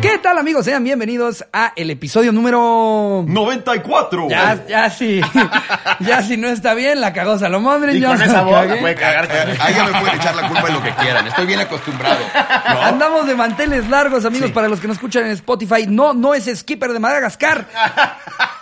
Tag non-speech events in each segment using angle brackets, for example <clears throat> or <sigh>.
¿Qué tal amigos? Sean bienvenidos a el episodio número... 94. Ya, ya sí, <laughs> ya si no está bien, la cagó Salomón. Y yo con la esa voz cagué. puede cagar. Eh, también. Alguien me puede echar la culpa de lo que quieran. Estoy bien acostumbrado. ¿no? Andamos de manteles largos, amigos, para los que nos escuchan en Spotify. No, no es Skipper de <laughs> Madagascar.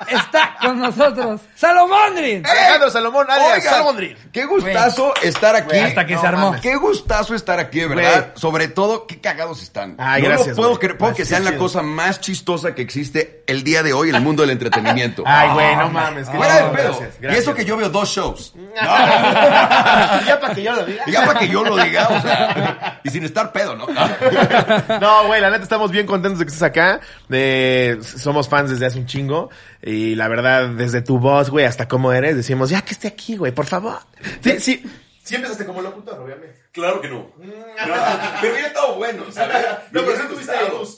Está con nosotros Salomondrin. Alejandro Salomón, alias Oigan, Salmondrin. Qué gustazo estar aquí. Güey, hasta que se armó. Qué gustazo estar aquí, de verdad. Sobre todo, qué cagados están. Ay, no lo gracias, puedo güey. creer. Puedo que Gracias, sean la chido. cosa más chistosa que existe el día de hoy en el mundo del entretenimiento. Ah, Ay, güey, no mames. qué Fuera de chingón, pedo. gracias, Y gracias. <laughs> eso que yo veo dos shows. ya para que yo lo diga. Y Ya para que yo lo diga, o sea. Y sin estar pedo, ¿no? <laughs> No, güey, la neta estamos bien contentos de que estés acá. Eh, somos fans desde hace un chingo. Y la verdad, desde tu voz, güey, hasta cómo eres, decimos, ya que esté aquí, güey, por favor. Sí, sí. Sí empezaste como locutor, <laughs> obviamente. Claro que no. Pero hubiera estado bueno, ¿sabes?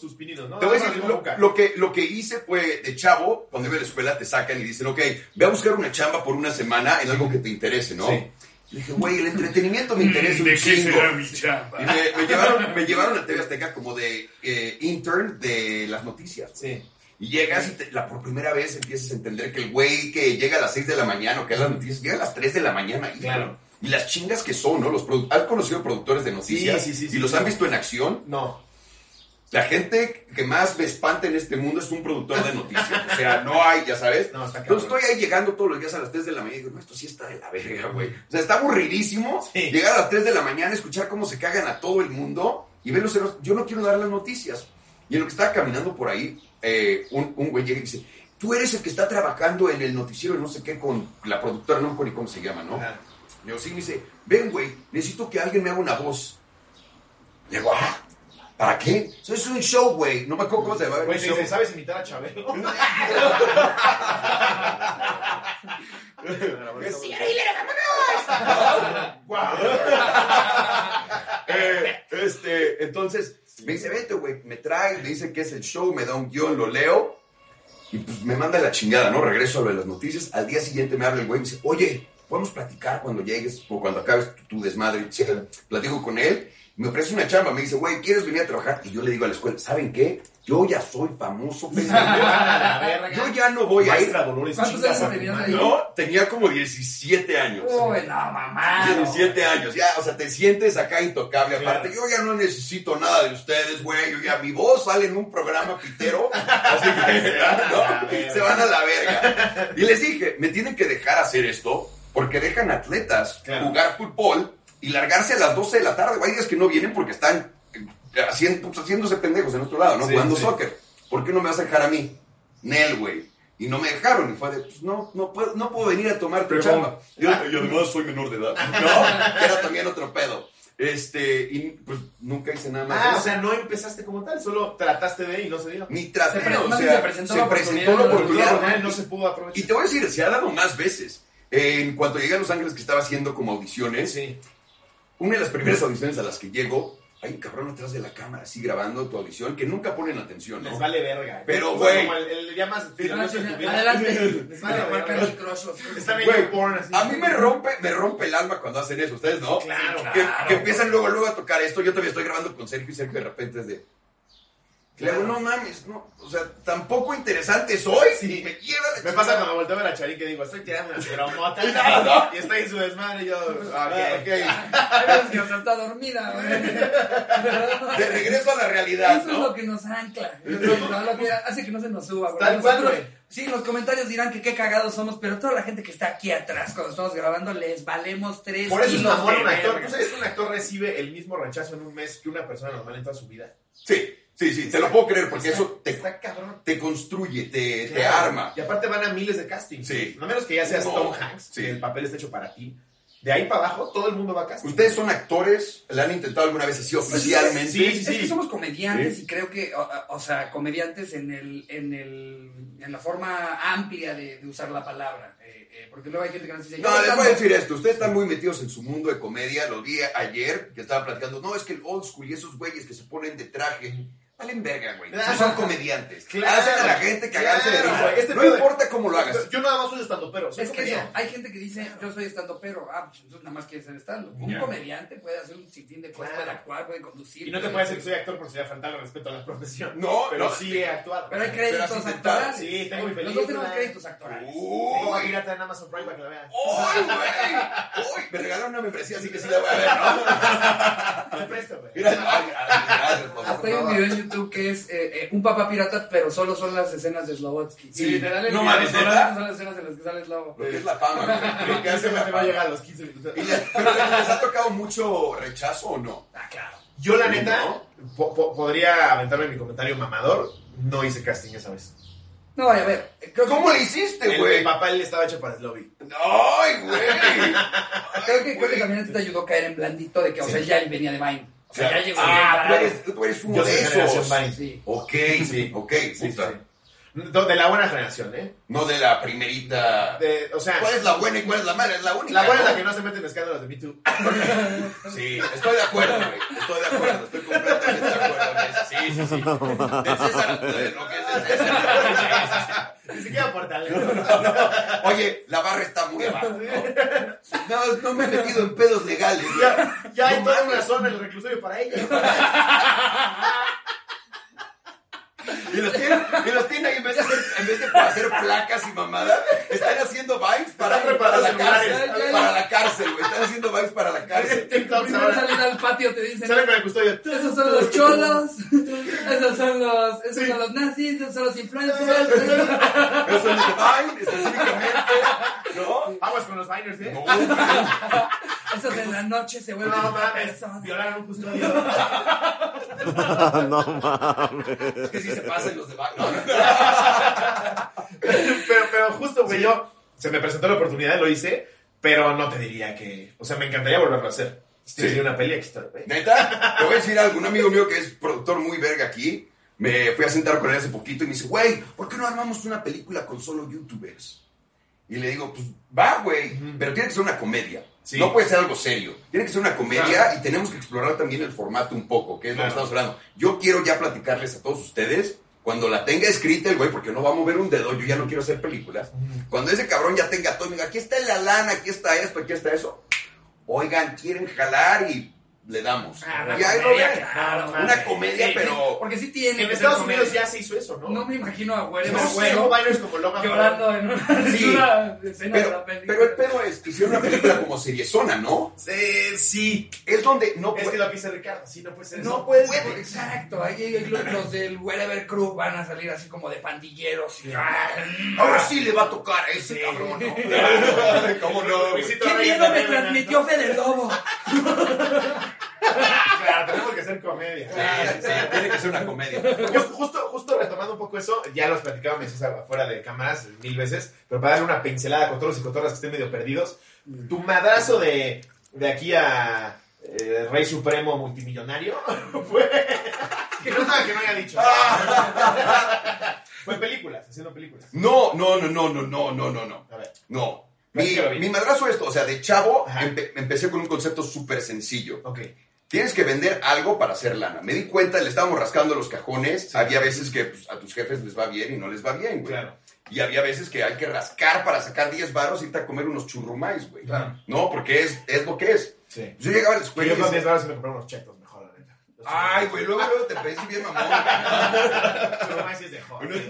tus pininos, ¿no? Te voy a decir, lo, lo que, lo que hice fue de chavo, cuando iba a la escuela te sacan y dicen, ok, ve a buscar una chamba por una semana en algo que te interese, ¿no? Y dije, güey, el entretenimiento Mm, me interesa un ¿De qué chingo. será mi chamba? Y me, me llevaron, me llevaron a TV Azteca como de eh, intern de las noticias. Sí. Y llegas y te- la, por primera vez empiezas a entender que el güey que llega a las 6 de la mañana o que a las noticias llega a las 3 de la mañana. hijo. Claro. Y las chingas que son, ¿no? Los produ- ¿Has conocido productores de noticias? sí, sí, ¿Y sí. los han visto en acción? No. La gente que más me espanta en este mundo es un productor de noticias. O sea, no hay, ya sabes. No, está cabrón. Entonces estoy ahí llegando todos los días a las 3 de la mañana y digo, no, esto sí está de la verga, güey. O sea, está aburridísimo Sí. llegar a las 3 de la mañana, escuchar cómo se cagan a todo el mundo y verlos. en los- Yo no quiero dar las noticias. Y en lo que estaba caminando por ahí, eh, un, un güey llega y dice, tú eres el que está trabajando en el noticiero, y no sé qué, con la productora, no me acuerdo ni cómo se llama, ¿no? Yo sí me dice, ven, güey, necesito que alguien me haga una voz. Le digo, ah, ¿para qué? Eso es un show, güey. No me acuerdo cómo se llama. el show. ¿sabes imitar a Chabelo? <laughs> Eh, este, entonces, me dice, vete, güey, me trae, me dice que es el show, me da un guión, lo leo. Y pues me manda la chingada, ¿no? Regreso a lo de las noticias. Al día siguiente me habla el güey y me dice, oye, podemos platicar cuando llegues o cuando acabes tu, tu desmadre. Sí, platico con él. Me ofrece una chamba, me dice, güey, ¿quieres venir a trabajar? Y yo le digo a la escuela, ¿saben qué? Yo ya soy famoso. pendejo. Yo ya no voy a ir. Dolores. ¿Cuántos chingas años a mi tenías madre. ahí? No, tenía como 17 años. Uy, no, mamá. 17 años, ya, o sea, te sientes acá intocable. Aparte, yo ya no necesito nada de ustedes, güey. Yo ya, mi voz sale en un programa pitero. Así que, <laughs> ¿no? Se van a la verga. Y les dije, me tienen que dejar hacer esto porque dejan atletas Claro. jugar fútbol y largarse a las 12 de la tarde. Hay días que no vienen porque están eh, haciendo, pues, haciéndose pendejos en otro lado, ¿no? Sí, Jugando sí. soccer. ¿Por qué no me vas a dejar a mí? Nel, güey. Y no me dejaron, y fue de, pues no, no puedo, no puedo venir a tomar tu chamba. ah, Yo, y además soy menor de edad. <laughs> No, que era también otro pedo. Este, y pues nunca hice nada más. de Ah, eso. o sea, no empezaste como tal, solo trataste de y no se dio. ni traté, se pre- o más bien sea, se presentó se la presentó la oportunidad, oportunidad. no se pudo aprovechar. Y te voy a decir, se ha dado más veces. En cuanto llegué a Los Ángeles, que estaba haciendo como audiciones, Sí. una de las primeras audiciones a las que llego, hay un cabrón atrás de la cámara, así grabando tu audición, que nunca ponen atención, Les ¿no? vale verga. Pero, O sea, güey. como El, el día más filoso de tu vida. Ah, <laughs> Adelante. Les vale Marca verga. Candy Crush, o- Están Güey, viendo porn así. A mí me rompe, me rompe el alma cuando hacen eso, ustedes no. Claro, que, claro. que empiezan luego, luego a tocar esto. Yo todavía estoy grabando con Sergio y Sergio de repente es de. Le digo, no mames, no. O sea, tampoco interesante soy. Sí. Me lleva la Me chingada. pasa cuando volteo a ver a Charín que digo, estoy tirando unas <laughs> bromotas. Y está en su desmadre y yo, Ah, ok, ok. Hay veces que hasta está dormida, <laughs> güey. De regreso a la realidad, Eso es ¿no? lo que nos <laughs> ancla. No, lo que hace que no se nos suba. porque Tal cual, nosotros- güey. Sí, los comentarios dirán que qué cagados somos, pero toda la gente que está aquí atrás cuando estamos grabando les valemos tres Por eso es kilos mamón de un actor. verga. ¿Tú sabes que un actor recibe el mismo rechazo en un mes que una persona normal en toda su vida? Sí, sí, sí, te lo puedo creer porque eso te, Está cabrón. te construye, te, te Claro. arma. Y aparte van a miles de castings. Sí. No menos que ya seas No. Tom Hanks, Sí. que el papel está hecho para ti. De ahí para abajo, todo el mundo va a casting. ¿Ustedes son actores? ¿Le han intentado alguna vez así Pues oficialmente? Sí, Es sí, que sí. somos comediantes y creo que, o, o sea, comediantes en el, en el, en la forma amplia de, de usar la palabra. Eh, eh, porque luego hay gente que nos dice, No, les voy a stand-up. decir esto. Ustedes están muy metidos en su mundo de comedia. Lo vi ayer que estaba platicando. No, es que el old school y esos güeyes que se ponen de traje. Valen verga, güey. Sí <laughs> son comediantes. Claro. Hacen a la gente cagarse Claro, de risa. güey, este no pedo- importa cómo lo hagas. Yo nada más soy estando, pero soy Es que comediante. eso, hay gente que dice, yo soy estando pero, ah, pues entonces nada más quieres ser estando. Un Ya. comediante puede hacer un sinfín de cosas, Claro. puede actuar, puede conducir. Y no te puede- puedes decir que soy actor porque sería faltar al respeto a la profesión. No, <laughs> pero no. sí eh. he actuado. Pero hay Pero has créditos intentado. actorales. Sí, tengo mi Nosotros tenemos película. Uh, créditos actorales. Tengo una Uy. pirata en Amazon Prime para que la vean. ¡Uy, güey! ¡Uy! Me regalaron una membresía, así que sí la voy a ver, ¿no? Te presto, güey. <laughs> Mira, ay, ay, gracias, por Hasta hay un favor. video en YouTube que es eh, eh, un papá pirata, pero solo son las escenas de Slovotsky. Sí, literal, el No video mames, es- Solamente ¿neta? son las escenas en las que sale Slobo. Lo que es la fama, <laughs> güey. Lo Creo que que hace ese la me va a fama. llegar a los 15 minutos. ¿Y les, pero les ha tocado mucho rechazo o no? Ah, claro. Yo, la neta, po- po- podría aventarme mi comentario mamador. No hice casting esa vez. No, a ver, creo que, ¿Cómo le hiciste, El, el güey? papá le estaba hecho para el lobby. ¡Ay, güey! <laughs> creo que, creo que también a ti te ayudó a caer en blandito de que, o sea, ya él venía de Vine. O sea, ya llegó. Ah, tú preparado. eres, tú eres uno Yo soy de generación esos. Vine. <laughs> Sí. Ok, sí, ok, puta. No, De la buena generación, ¿eh? No de la primerita. De- o sea, ¿Cuál es la buena y cuál es la mala? Es la única. la buena es ¿no? la que no se mete en escándalos de Me Too. Sí, estoy de acuerdo, güey. Estoy de acuerdo, estoy completamente de acuerdo en eso. Sí, sí, sí. De César, de lo que es de César. <laughs> Ni siquiera por talento. Oye, la barra está muy abajo. No, no, no me he metido en pedos legales. <laughs> Ya, ya hay No toda mames. una zona en el reclusorio para ella. Y los tienen, y los tienen ahí en vez, de hacer, en vez de hacer placas y mamadas, están haciendo vibes para, Están para preparando la cárcel. celulares. Para la cárcel, güey. Están haciendo vibes para la cárcel. TikToks Primero ahora. salen al patio, te dicen, Sale con el custodio. Esos son los <laughs> cholos, esos son los, esos son los nazis, esos <laughs> son los influencers. <laughs> Eso es Vine, específicamente. <laughs> ¿No? Aguas con los miners, ¿eh? No, güey. Esos en la noche se vuelven No una mames, persona. violaron un custodio. <laughs> es que si se pasan los de Vine. No, no, pero, pero justo, güey, yo se me presentó la oportunidad, lo hice, pero no te diría que. O sea, me encantaría volverlo a hacer. Si Sí. sería una peli extra, güey. Neta, te voy a decir algo. Un amigo mío que es productor muy verga aquí, me fui a sentar con él hace poquito y me dice, güey, ¿por qué no armamos una película con solo youtubers? Y le digo, pues va, güey, pero tiene que ser una comedia. Sí. No puede ser algo serio. Tiene que ser una comedia Claro. y tenemos que explorar también el formato un poco, que es lo que Claro. estamos hablando. Yo quiero ya platicarles a todos ustedes. Cuando la tenga escrita el güey, porque no va a mover un dedo, yo ya no quiero hacer películas. Cuando ese cabrón ya tenga todo, me diga, aquí está la lana, aquí está esto, aquí está eso oigan, quieren jalar y le damos. Ah, y ahí lo comedia, ven. claro, Una mames. comedia, Sí, sí, pero... Porque sí tiene. En que Estados ser Unidos comedia. ya se hizo eso, ¿no? No me imagino a güero, No sé, güero hubo miners como Logan llorando en una, Sí. en una escena de Pero, la película. pero el pedo es que hicieron una película como seriezona, ¿no? Sí, sí. Es donde no Es que puede- lo que dice Ricardo, sí, no puede ser eso. No puedes. Huevos. Exacto, ahí hay los, los del Wherever Crew van a salir así como de pandilleros. Y, ah, Ahora sí le va a tocar a ese Sí. cabrón, ¿no? ¿Cómo no? güey? Luisito ¿Qué Rey miedo me también, ¿no? transmitió Fede Lobo? Claro, tenemos que hacer comedia. Sí, sí, tiene que ser una comedia. Justo, justo, justo retomando un poco eso, ya los platicaba me decías afuera de cámaras mil veces, pero para darle una pincelada a cotorros y cotorras que estén medio perdidos, tu madrazo de, de aquí a eh, Rey Supremo Multimillonario <laughs> fue. que no estaba que no haya dicho. fue películas, haciendo películas. No, no, no, no, no, no, no, no, no. A ver. No. Pero Mi, es que lo vi. mi madrazo esto, o sea, de chavo Ajá. empe- empecé con un concepto súper sencillo. Ok. Tienes que vender algo para hacer lana. Me di cuenta, le estábamos rascando los cajones. Había veces que pues, a tus jefes les va bien y no les va bien, güey. Claro. Y había veces que hay que rascar para sacar 10 varos y irte a comer unos churrumais, güey. Claro. No, porque es, es lo que es. Pues Sí. Yo llegaba a la Pero escuela yo y con decía, 10 baros me compré unos chetos mejor, la neta. Los ay, güey, luego, luego te pedís bien mamón. <laughs> Pero más es de joven.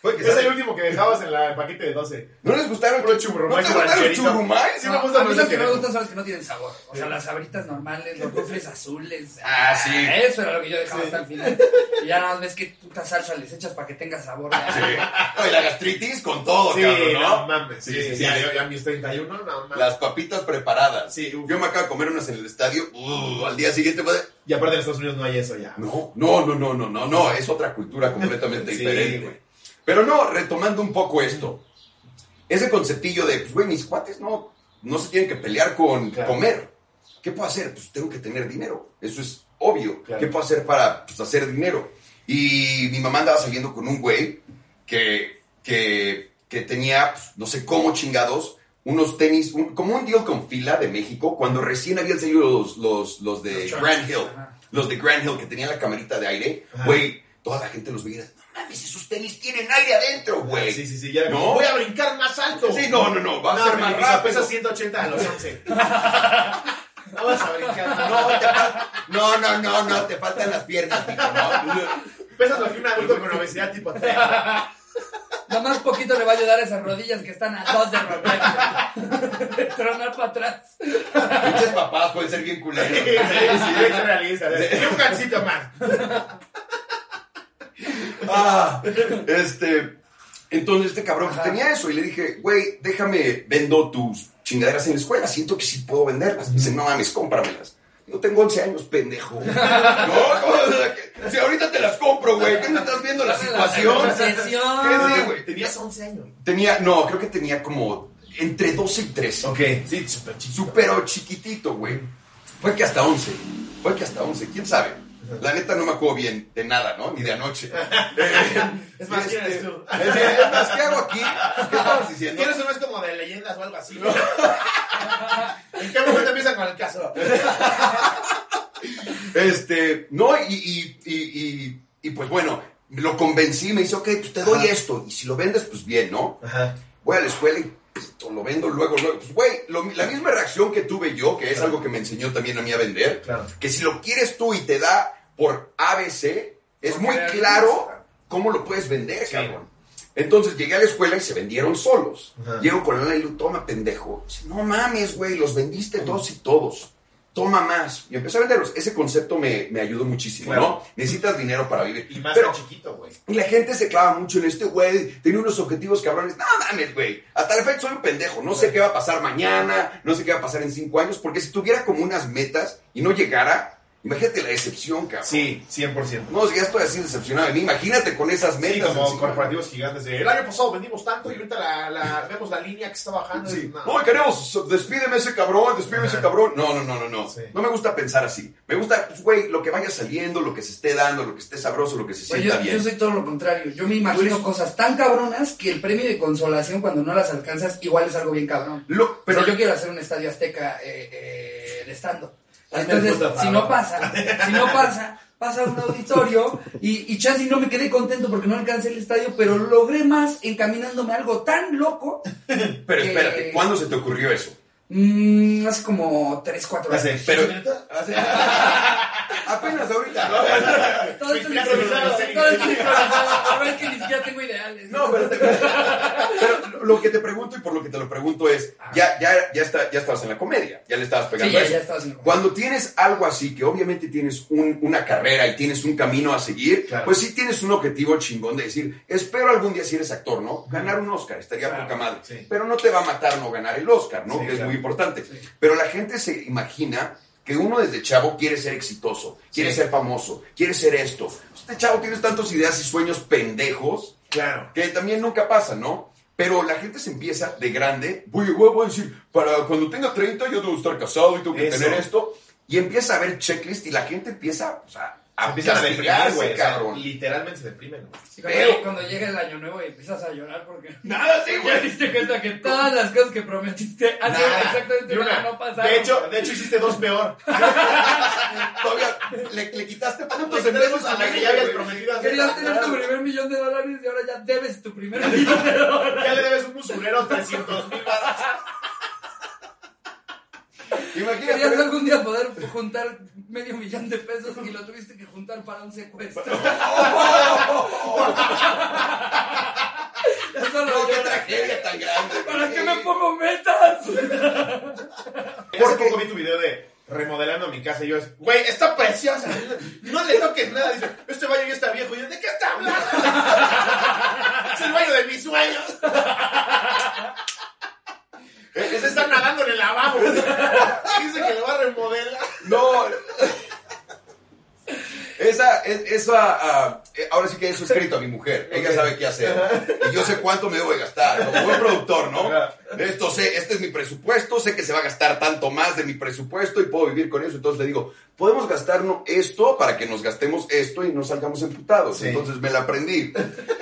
Fue que, Es el ¿sabes? último que dejabas en la- el paquete de 12. ¿No les gustaron Puro los churrumais ¿No te gustaron los rancherito. churrumais? Sí me gustan a mí los las que que- me gustan son las que no tienen sabor. O sea, las sabritas normales, los cofres azules. Ah, sí. Eso era lo que yo dejaba hasta el final. Y ya nada más ves qué puta salsa les echas para que tenga sabor. Sí. Oye, la gastritis con todo, <laughs> Sí, cabrón, ¿no? no mames. Sí, Sí, sí, sí. Ya, yo- ya mis 31, no mames. Las papitas preparadas. Sí, uf. Yo me acabo de comer unas en el estadio. Uh, al día siguiente, madre, Y aparte en Estados Unidos no hay eso ya. No, no, no, no, no, no, no, es otra cultura completamente <laughs> Sí, diferente. güey. Pero no, retomando un poco esto, ese conceptillo de, pues, güey, mis cuates no, no se tienen que pelear con Claro. comer. ¿Qué puedo hacer? Pues tengo que tener dinero, eso es obvio. Claro. ¿Qué puedo hacer para pues, hacer dinero? Y mi mamá andaba saliendo con un güey que, que, que tenía, pues, no sé cómo chingados, unos tenis, un- como un deal con fila de México, cuando recién habían salido los, los, los de Los Chucks, Grand Hill. ajá. Los de Grand Hill que tenían la camarita de aire. Ajá. Güey, toda la gente los veía. No mames, esos tenis tienen aire adentro, güey. Ah, Sí, sí, sí, ya. No. Voy a brincar más alto. Sí, no, no, no, va a ser mi más pizza rápido. pesa 180 a los <laughs> 11. no vas a brincar. No, No, te fal- no, no, no, no, te faltan las piernas, mijo, no. <laughs> pesas lo que un adulto con obesidad <laughs> tipo 3. Nada más poquito le va a ayudar a esas rodillas que están a dos de romper. <laughs> De tronar para atrás. Pinches papás pueden ser bien Sí, culeros. sí, sí, hay que ser realista. Y un gancito más. Ah, este. Entonces este cabrón pues, Ajá. tenía eso y le dije, güey, déjame, vendo tus chingaderas en la escuela, siento que sí puedo venderlas. Dice, no mames, cómpramelas. Yo tengo 11 años, pendejo. no, ¿cómo? si ahorita te las compro, güey, ¿qué no estás viendo la situación? Concesión. Sí, güey. Tenías 11 años. Tenía, no, creo que tenía como entre 12 y 13. Sí, súper chiquito. Súper chiquitito, güey. Fue que hasta 11. Fue que hasta 11. ¿Quién sabe? La neta no me acuerdo bien de nada, ¿no? Ni de anoche. <laughs> Es más, ¿quién eres Este, tú? es decir, es más, ¿qué hago aquí? ¿Qué estamos diciendo? ¿Quieres uno es como de leyendas o algo así? <laughs> ¿En qué momento empiezan con el caso? Este, no, y, y, y, y- y, pues bueno, lo convencí, me dice, ok, pues te doy Ajá. esto, y si lo vendes, pues bien, ¿no? Ajá. Voy a la escuela y pito, lo vendo luego, luego. Pues güey, lo mi- la misma reacción que tuve yo, que es algo que me enseñó también a mí a vender, Claro. que si lo quieres tú y te da por ABC, es Por muy crear- claro cómo lo puedes vender, cabrón. Entonces llegué a la escuela y se vendieron solos. Ajá. Llego con la y digo, toma, pendejo. Dice, no mames, güey, los vendiste todos y todos. Toma más. Y empecé a venderlos. Ese concepto me, me ayudó muchísimo, Claro. ¿no? Necesitas dinero para vivir. Y más Pero de chiquito, güey. y la gente se clava mucho en este güey, tenía unos objetivos cabrones. No mames, güey. Hasta la fecha soy un pendejo. No sé qué va a pasar mañana, no sé qué va a pasar en cinco años, porque si tuviera como unas metas y no llegara, imagínate la decepción, cabrón. Sí, 100%. No, si ya estoy así decepcionado de mí, imagínate con esas metas. Sí, como encima. corporativos gigantes. de, el año pasado vendimos tanto y ahorita la, la- vemos la línea que está bajando. Sí. Y, no. No, queremos, despídeme ese cabrón, despídeme Ajá. ese cabrón. No, no, no, no, no. Sí. No me gusta pensar así. Me gusta, pues, güey, lo que vaya saliendo, lo que se esté dando, lo que esté sabroso, lo que se Güey, sienta yo, bien. yo soy todo lo contrario. Yo me imagino cosas tan cabronas que el premio de consolación cuando no las alcanzas igual es algo bien cabrón. Lo- Pero pero yo quiero hacer un estadio azteca eh, eh, de estando. Hazme Entonces, el puto si no favor. pasa, si no pasa, pasa a un auditorio y, y chance y no me quedé contento porque no alcancé el estadio, pero logré más encaminándome a algo tan loco. pero que- espérate, ¿cuándo se te ocurrió eso? Mm, hace como 3, 4 años. Hace- Pero- ¿Neta? <laughs> Apenas ahorita, ¿no? Todo esto Ya es revisaron, improvisado, sí. todo esto es improvisado. La verdad es que ni siquiera tengo ideales. No, pero, te- pero lo que te pregunto y por lo que te lo pregunto es, ya, ya, ya, está, ya estabas en la comedia, ya le estabas pegando Sí, ya, a eso. ya estabas en la comedia. Cuando tienes algo así, que obviamente tienes un- una carrera y tienes un camino a seguir, Claro. pues sí tienes un objetivo chingón de decir, espero algún día si eres actor, ¿no? Ganar un Oscar, estaría Claro, poca madre. sí. Pero no te va a matar no ganar el Oscar, ¿no? Sí, que es claro. muy importante. Sí. Pero la gente se imagina que uno desde chavo quiere ser exitoso, quiere Sí. ser famoso, quiere ser esto. Este chavo tienes tantos ideas y sueños pendejos Claro. que también nunca pasa, ¿no? Pero la gente se empieza de grande, voy, voy, voy a decir, para cuando tenga 30 yo debo estar casado y tengo que Eso. tener esto. Y empieza a ver checklist y la gente empieza o sea, Se a empiezan a deprimir, castigarse, güey. o sea, cabrón. literalmente se deprimen, güey. Y cuando, Pero- cuando llega el año nuevo y empiezas a llorar porque Nada, sí, <laughs> ya <laughs> güey. diste cuenta que todas las cosas que prometiste han sido Nada. exactamente Ah, Y lo una- que no pasaron. de hecho, de hecho hiciste dos <laughs> peor. Todavía le, le quitaste puntos en Entonces, pesos a a la que Ah, pues gente, ya habías güey. prometido hacer. querías tener tu primer millón de dólares y ahora ya debes tu primer <laughs> millón de dólares. Ya le debes un usurero 300 mil <laughs> Querías Imagínate. algún día poder juntar medio millón de pesos y lo tuviste que juntar para un <laughs> secuestro. Ya solo No, qué lloras. tragedia tan grande. ¿Para güey. qué me pongo metas? Hace poco vi tu video de remodelando mi casa y yo, es, güey, está preciosa. No le toques nada. Dice, este baño ya está viejo. Y yo, ¿de qué está hablando? <laughs> es el baño de mis sueños. E-, Se está nadando en el lavabo. <laughs> Dice que lo va a remodelar. No. Esa, es- esa, ah, eh, ahora sí que eso es escrito a mi mujer. Ella Ok. sabe qué hacer. Y yo sé cuánto me debo de gastar. Como buen productor, ¿no? Claro. Esto sé, este es mi presupuesto. Sé que se va a gastar tanto más de mi presupuesto y puedo vivir con eso. Entonces le digo, podemos gastarnos esto para que nos gastemos esto y no salgamos emputados. Sí. Entonces me la aprendí.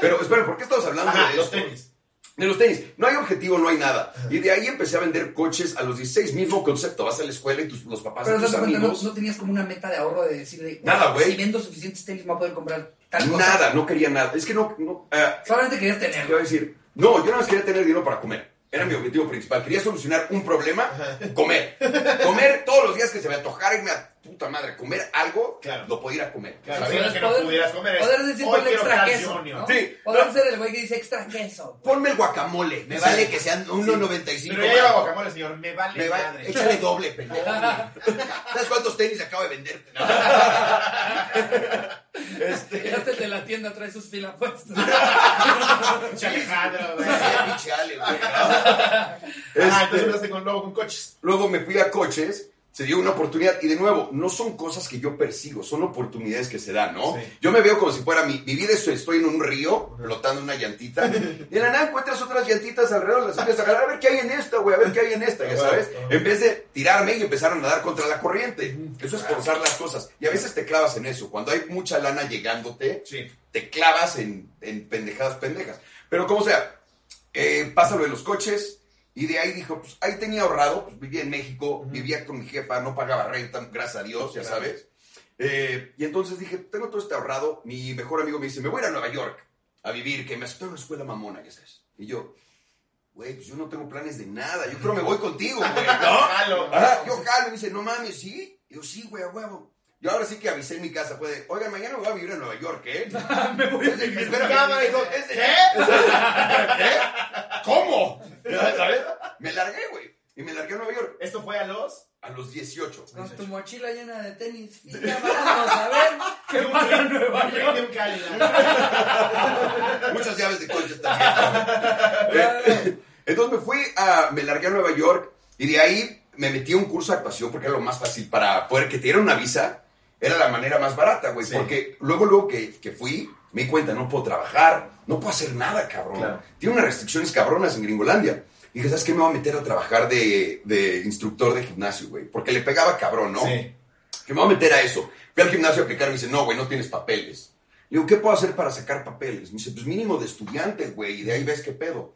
Pero, espera, ¿por qué estamos hablando Ajá, de los esto? tenis. De los tenis, no hay objetivo, no hay nada. Y de ahí empecé a vender coches a los 16, mismo concepto, vas a la escuela y tus, los papás Pero de date tus cuenta, no, amigos. no tenías como una meta de ahorro de decir de, Nada, güey. Si vendo suficientes tenis, me voy a poder comprar tal cosa. nada, no quería nada. Es que no, no, ah, Solamente querías te voy tenerlo. a decir, no, yo no más quería tener dinero para comer. Era mi objetivo principal. Quería solucionar un problema, comer. Comer todos los días que se me antojara irme a puta madre. Comer algo, Claro. lo podía ir a comer. Claro, ¿sabes? sabías que no Poder- pudieras comer. es, Poder decir "Hoy ponle quiero extra Carl queso. Jr.. ¿no? Sí. Poder No. ser el güey que dice extra queso. Ponme el guacamole. Me Sí. vale que sean 1.95. Pero ya lleva más. guacamole, señor. Me vale Me va, madre. échale doble, pendejo. ¿Sabes cuántos tenis acabo de vender? <laughs> Y hasta el de la tienda trae sus filas puestas. <laughs> Pinche Alejandro, güey. Ah, Pinche Ale, güey. entonces empezaste con luego con coches. Luego me fui a coches, se dio una oportunidad. Y de nuevo, no son cosas que yo persigo, son oportunidades que se dan, ¿no? Sí. Yo me veo como si fuera mi, mi vida, es- estoy en un río, flotando en una <laughs> llantita. Y de la nada encuentras otras llantitas alrededor, las empiezas a agarrar, a ver qué hay en esta, güey, a ver qué hay en esta, ya Ajá, sabes. ajá. En vez de tirarme y empezar a nadar contra la corriente. Eso es forzar las cosas. Y a veces te clavas en eso. Cuando hay mucha lana llegándote, Sí. te clavas en, en pendejadas pendejas. Pero como sea, eh, pasa lo de los coches y de ahí dijo, pues ahí tenía ahorrado, pues vivía en México, vivía con mi jefa, no pagaba renta, gracias a Dios, ya Claro. sabes. Eh, y entonces dije, tengo todo este ahorrado, mi mejor amigo me dice, me voy a ir a Nueva York a vivir, que me aceptó en una escuela mamona, ya sabes. Y yo, güey, pues yo no tengo planes de nada, yo creo me voy contigo, güey, ¿no? Ah. Jalo. Ajá, yo jalo y me dice, no mames, ¿sí? Y yo, sí, güey, a huevo. Yo ahora sí que avisé en mi casa, fue de, oigan, mañana me voy a vivir a Nueva York, ¿eh? Me voy a Espérame, Espera, espérame, digo, digo, ¿es de- ¿Qué? ¿eh? <laughs> ¿Qué? ¿Cómo? ¿Sabes? Me largué, güey. Y me largué a Nueva York Esto fue a los. a los 18. Con tu mochila llena de tenis. Y ya vamos a ver qué pasa en Nueva York. de un Cadillac. Muchas llaves de coche también. Claro. Entonces me fui a. Me largué a Nueva York y de ahí me metí a un curso de actuación porque era lo más fácil para poder que te dieran una visa. Era la manera más barata, güey. Sí. Porque luego, luego que, que fui, me di cuenta, no puedo trabajar, no puedo hacer nada, cabrón. Claro. Tiene unas restricciones cabronas en Gringolandia. Y dije, ¿sabes qué? Me voy a meter a trabajar de, de instructor de gimnasio, güey. Porque le pegaba cabrón, ¿no? Sí. que me voy a meter a eso. Fui al gimnasio a aplicar y me dice, no, güey, no tienes papeles. Le digo, ¿qué puedo hacer para sacar papeles? Me dice, pues mínimo de estudiante, güey, y de ahí ves qué pedo.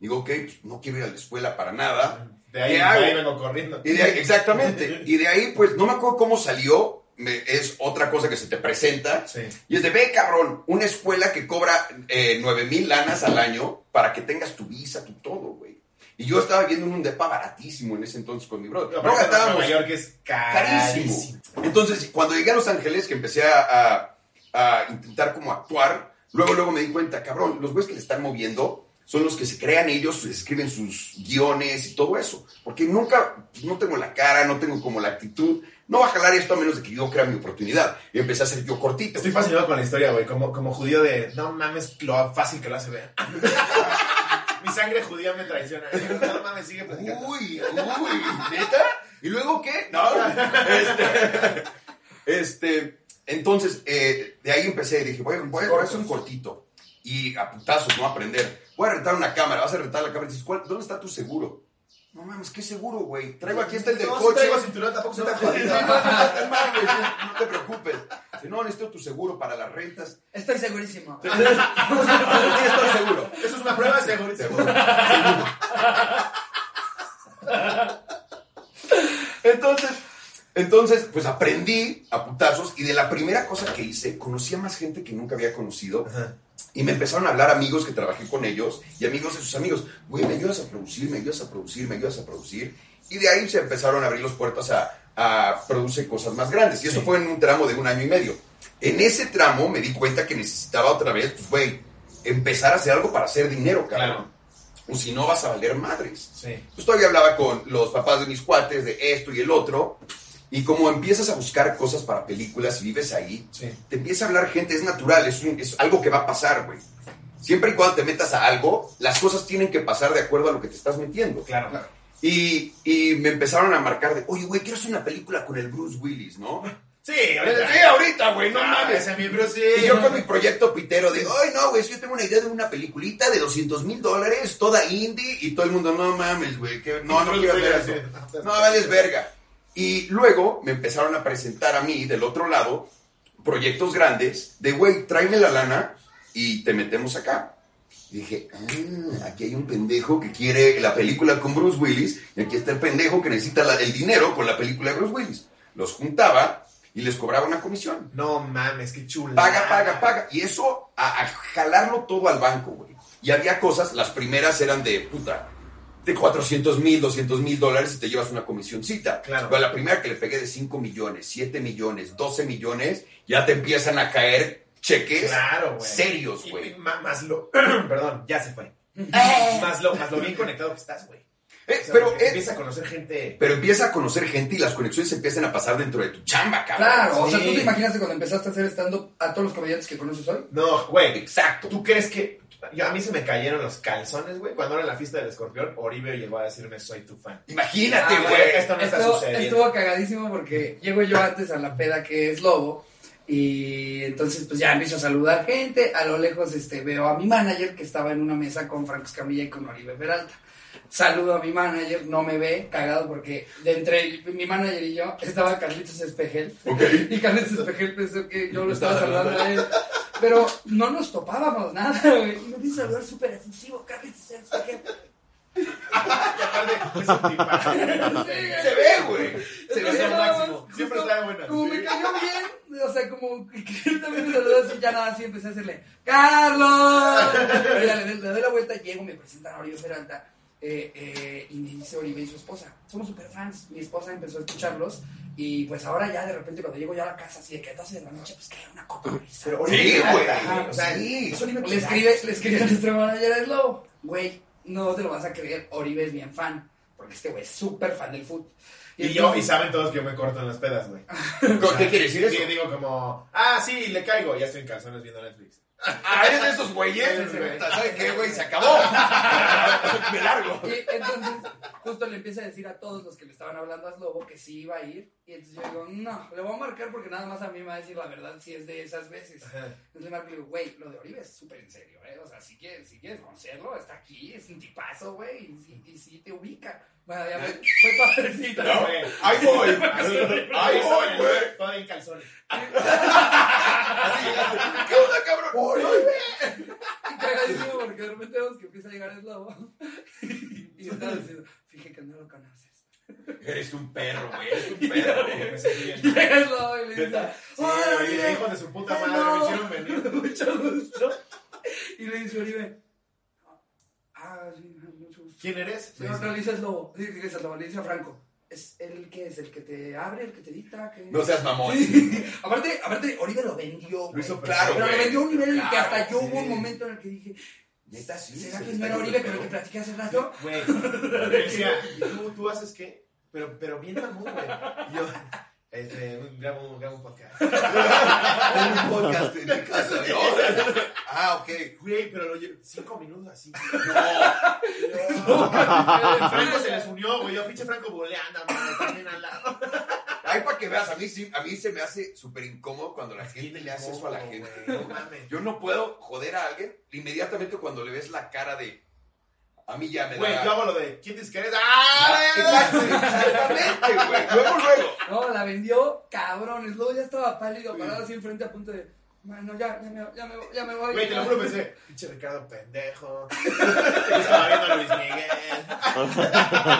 Digo, ok, pues no quiero ir a la escuela para nada. De ahí, ¿Qué de hago? ahí vengo corriendo. Y de ahí, exactamente. Y de ahí, pues, no me acuerdo cómo salió. me- es otra cosa que se te presenta. Sí. Y es de, ve, cabrón, una escuela que cobra eh, 9 mil lanas al año para que tengas tu visa, tu todo, güey. Y yo estaba viendo un depa baratísimo en ese entonces con mi brother. No Aparte, gastábamos Nueva York es carísimo. carísimo. Entonces, cuando llegué a Los Ángeles, que empecé a, a- a intentar como actuar, luego, luego me di cuenta, cabrón, los güeyes que le están moviendo son los que se crean ellos, escriben sus guiones y todo eso. Porque nunca, pues, no tengo la cara, no tengo como la actitud. No va a jalar esto a menos de que yo crea mi oportunidad. Y empecé a hacer yo cortito. Estoy fascinado con la historia, güey. Como, como judío de, no mames, lo fácil que lo hace ver. <laughs> Mi sangre judía me traiciona. <laughs> No mames, sigue platicando. Uy, uy, ¿neta? ¿Y luego qué? No, este, este, entonces, eh, de ahí empecé y dije, voy, a- voy, a- voy a hacer un cortito y a putazos, no aprender. Voy a rentar una cámara, vas a rentar la cámara y dices, "¿Cuál- ¿dónde está tu seguro? No mames, ¿qué seguro, güey? Traigo aquí está el del No, si coche. traigo cinturón, tampoco se No te está jodido, jodiendo. no, no te mames, no te preocupes. Dice, no, necesito tu seguro para las rentas. Estoy segurísimo. Sí, estoy seguro. Eso es una prueba de seguridad. Seguro, seguro. Entonces, entonces, pues aprendí a putazos y de la primera cosa que hice, conocí a más gente que nunca había conocido Ajá. y me empezaron a hablar amigos que trabajé con ellos y amigos de sus amigos. Güey, me ayudas a producir, me ayudas a producir, me ayudas a producir. Y de ahí se empezaron a abrir las puertas a, a producir cosas más grandes. Y eso Sí. fue en un tramo de un año y medio. En ese tramo me di cuenta que necesitaba otra vez, pues, güey, empezar a hacer algo para hacer dinero, cabrón Claro. o si no vas a valer madres. Sí. Pues todavía hablaba con los papás de mis cuates de esto y el otro, y como empiezas a buscar cosas para películas y vives ahí, Sí. te empieza a hablar gente, es natural, es, un- es algo que va a pasar, güey. Siempre y cuando te metas a algo, las cosas tienen que pasar de acuerdo a lo que te estás metiendo. Claro. Y, y me empezaron a marcar de, oye, güey, quiero hacer una película con el Bruce Willis, ¿no? Ah, Sí, Ah, Sí, ahorita, güey, no mames. Ese es mi Bruce. Y yo con mi proyecto pitero de, ay, no, güey, si yo tengo una idea de una peliculita de 200 mil dólares, toda indie, y todo el mundo, no mames, güey, que no, no quiero ver eso. No, vales verga. Y luego me empezaron a presentar a mí, del otro lado, proyectos grandes de, güey, tráeme la lana y te metemos acá. Y Dije, ah, aquí hay un pendejo que quiere la película con Bruce Willis y aquí está el pendejo que necesita la- el dinero con la película de Bruce Willis. Los juntaba y les cobraba una comisión. No mames, qué chula. Paga, paga, paga. Y eso, a, a jalarlo todo al banco, güey. Y había cosas, las primeras eran de, puta, de 400 mil, 200 mil dólares y te llevas una comisioncita. Claro. Pero a la primera que le pegué de 5 millones, 7 millones, 12 millones, ya te empiezan a caer cheques Claro, güey. serios, Y- y güey. ma- Más lo. <clears throat> Perdón, ya se fue. Más lo, más lo bien conectado que estás, güey. Eh, O sea, pero, porque eh, empieza a conocer gente. pero empieza a conocer gente y las conexiones se empiezan a pasar dentro de tu chamba, cabrón. Claro, o sea, Sí. ¿tú te imaginaste cuando empezaste a hacer stand-up a todos los comediantes que conoces hoy? No, güey. Exacto. ¿Tú crees que.? Yo, a mí se me cayeron los calzones, güey. Cuando era la fiesta del escorpión, Oribe llegó a decirme: Soy tu fan. Imagínate, Ah, güey. güey, esto no está Estuvo- sucediendo. estuvo cagadísimo porque llego yo antes a la peda que es Lobo y entonces pues ya empiezo a saludar gente, a lo lejos este veo a mi manager que estaba en una mesa con Franco Escamilla y con Oribe Peralta. Saludo a mi manager, no me ve, cagado porque de entre el- mi manager y yo estaba Carlitos Espejel. Ok. Y Carlitos Espejel pensó que yo lo Estaba estaba saludando a él. Pero no nos topábamos nada, güey. Y me dice saludar súper efusivo, Carlitos Espejel. Y aparte, es un tipazo. <laughs> Se ve, güey. Se Entonces, lo hacía nada máximo. pues, más, Siempre justo, estaba buena. Como Sí. me cayó bien, o sea, como que él también me saludó así, ya nada, así empecé a hacerle, ¡Carlos! Mira, le, doy- le doy la vuelta, llego, me presentan a Oribe Peralta, eh, eh, y me dice Oribe y su esposa, somos super fans, mi esposa empezó a escucharlos, y pues ahora ya de repente cuando llego ya a la casa, así de que a 12 de la noche, pues que era una copa risa. Pero Sí, Oribe güey. Peralta, O sea, Sí. es Oribe Le Peralta. escribe, le escribe a nuestro manager el lobo. Güey, no te lo vas a creer, Oribe es bien fan. Porque este güey es súper fan del fútbol. Y yo, y saben todos que yo me corto en las pedas, güey. ¿Qué quiere decir Sí, eso? digo como, ah, sí, le caigo. Ya estoy en calzones viendo Netflix. Ah, eres de esos güeyes. Sí, sí, güey. ¿Sabes qué, güey? Se acabó. Me largo. Y entonces, justo le empieza a decir a todos los que le estaban hablando a Slobo que sí iba a ir. Y entonces yo digo, no, le voy a marcar porque nada más a mí me va a decir la verdad si es de esas veces. Entonces le marco y le digo, güey, lo de Oribe es súper en serio, ¿eh? O sea, si quieres, si quieres conocerlo, está aquí, es un tipazo, güey, y, sí- y sí te ubica. Bueno, ya fue, fue padrecito. No, güey. güey. Ahí voy. Así, Ahí voy, güey. Todavía en calzones. Así llegaste. ¿Qué onda, cabrón? Y cagadísimo porque de repente vemos que empieza a llegar Slobo. <laughs> y está diciendo, fíjate que no lo conoces. Eres un perro, güey. Eres un perro. güey. Me <laughs> sentí bien. Llega el lobo y le dice, Neta. Sí, "Hola, oye, Oribe". hijos de su puta madre, Hello. me hicieron <laughs> venir. Mucho gusto. Y le dice Oribe, ah, sí, mucho gusto. ¿Quién eres? No, no, le dice al lobo, Sí, le dice al lobo, le dice a Franco, ¿es el que es? ¿El que te abre, el que te dicta? que-" No seas mamón. Sí. aparte, aparte, Oribe lo vendió, Lo güey. hizo Claro, Pero lo güey. vendió a un nivel en el que hasta yo sí. hubo un momento en el que dije, Neta, sí. ¿será se que le no era está Oribe con yendo el el que pedo. platiqué hace rato? Güey, <laughs> me decía, ¿tú, ¿tú haces qué? Pero, pero bien mamón, güey. Y yo, este, grabo, grabo un podcast. Tengo un podcast en <laughs> mi casa, ¿no? Ah, ok. Güey, pero lo llevo cinco minutos <laughs> así. <laughs> No. Franco se les unió, güey. Yo, pinche Franco boleando, mano, también al lado. Ay, para que veas, a mí, sí, a mí se me hace súper incómodo cuando la gente le hace eso a la Incómodo, gente. güey, ¿no? No mames. Yo no puedo joder a alguien inmediatamente cuando le ves la cara de. A mí ya me Güey, yo da. hago lo de ¿Quién dice que eres? ¡Ah! Exacto, exactamente, güey. Luego, luego. No, la vendió, cabrones. Luego ya estaba pálido, parado así enfrente a punto de. Mano, ya, ya me, ya me, ya me voy. Güey, te lo juro, pensé, pinche Ricardo <laughs> pendejo. Yo estaba viendo a Luis Miguel. <laughs>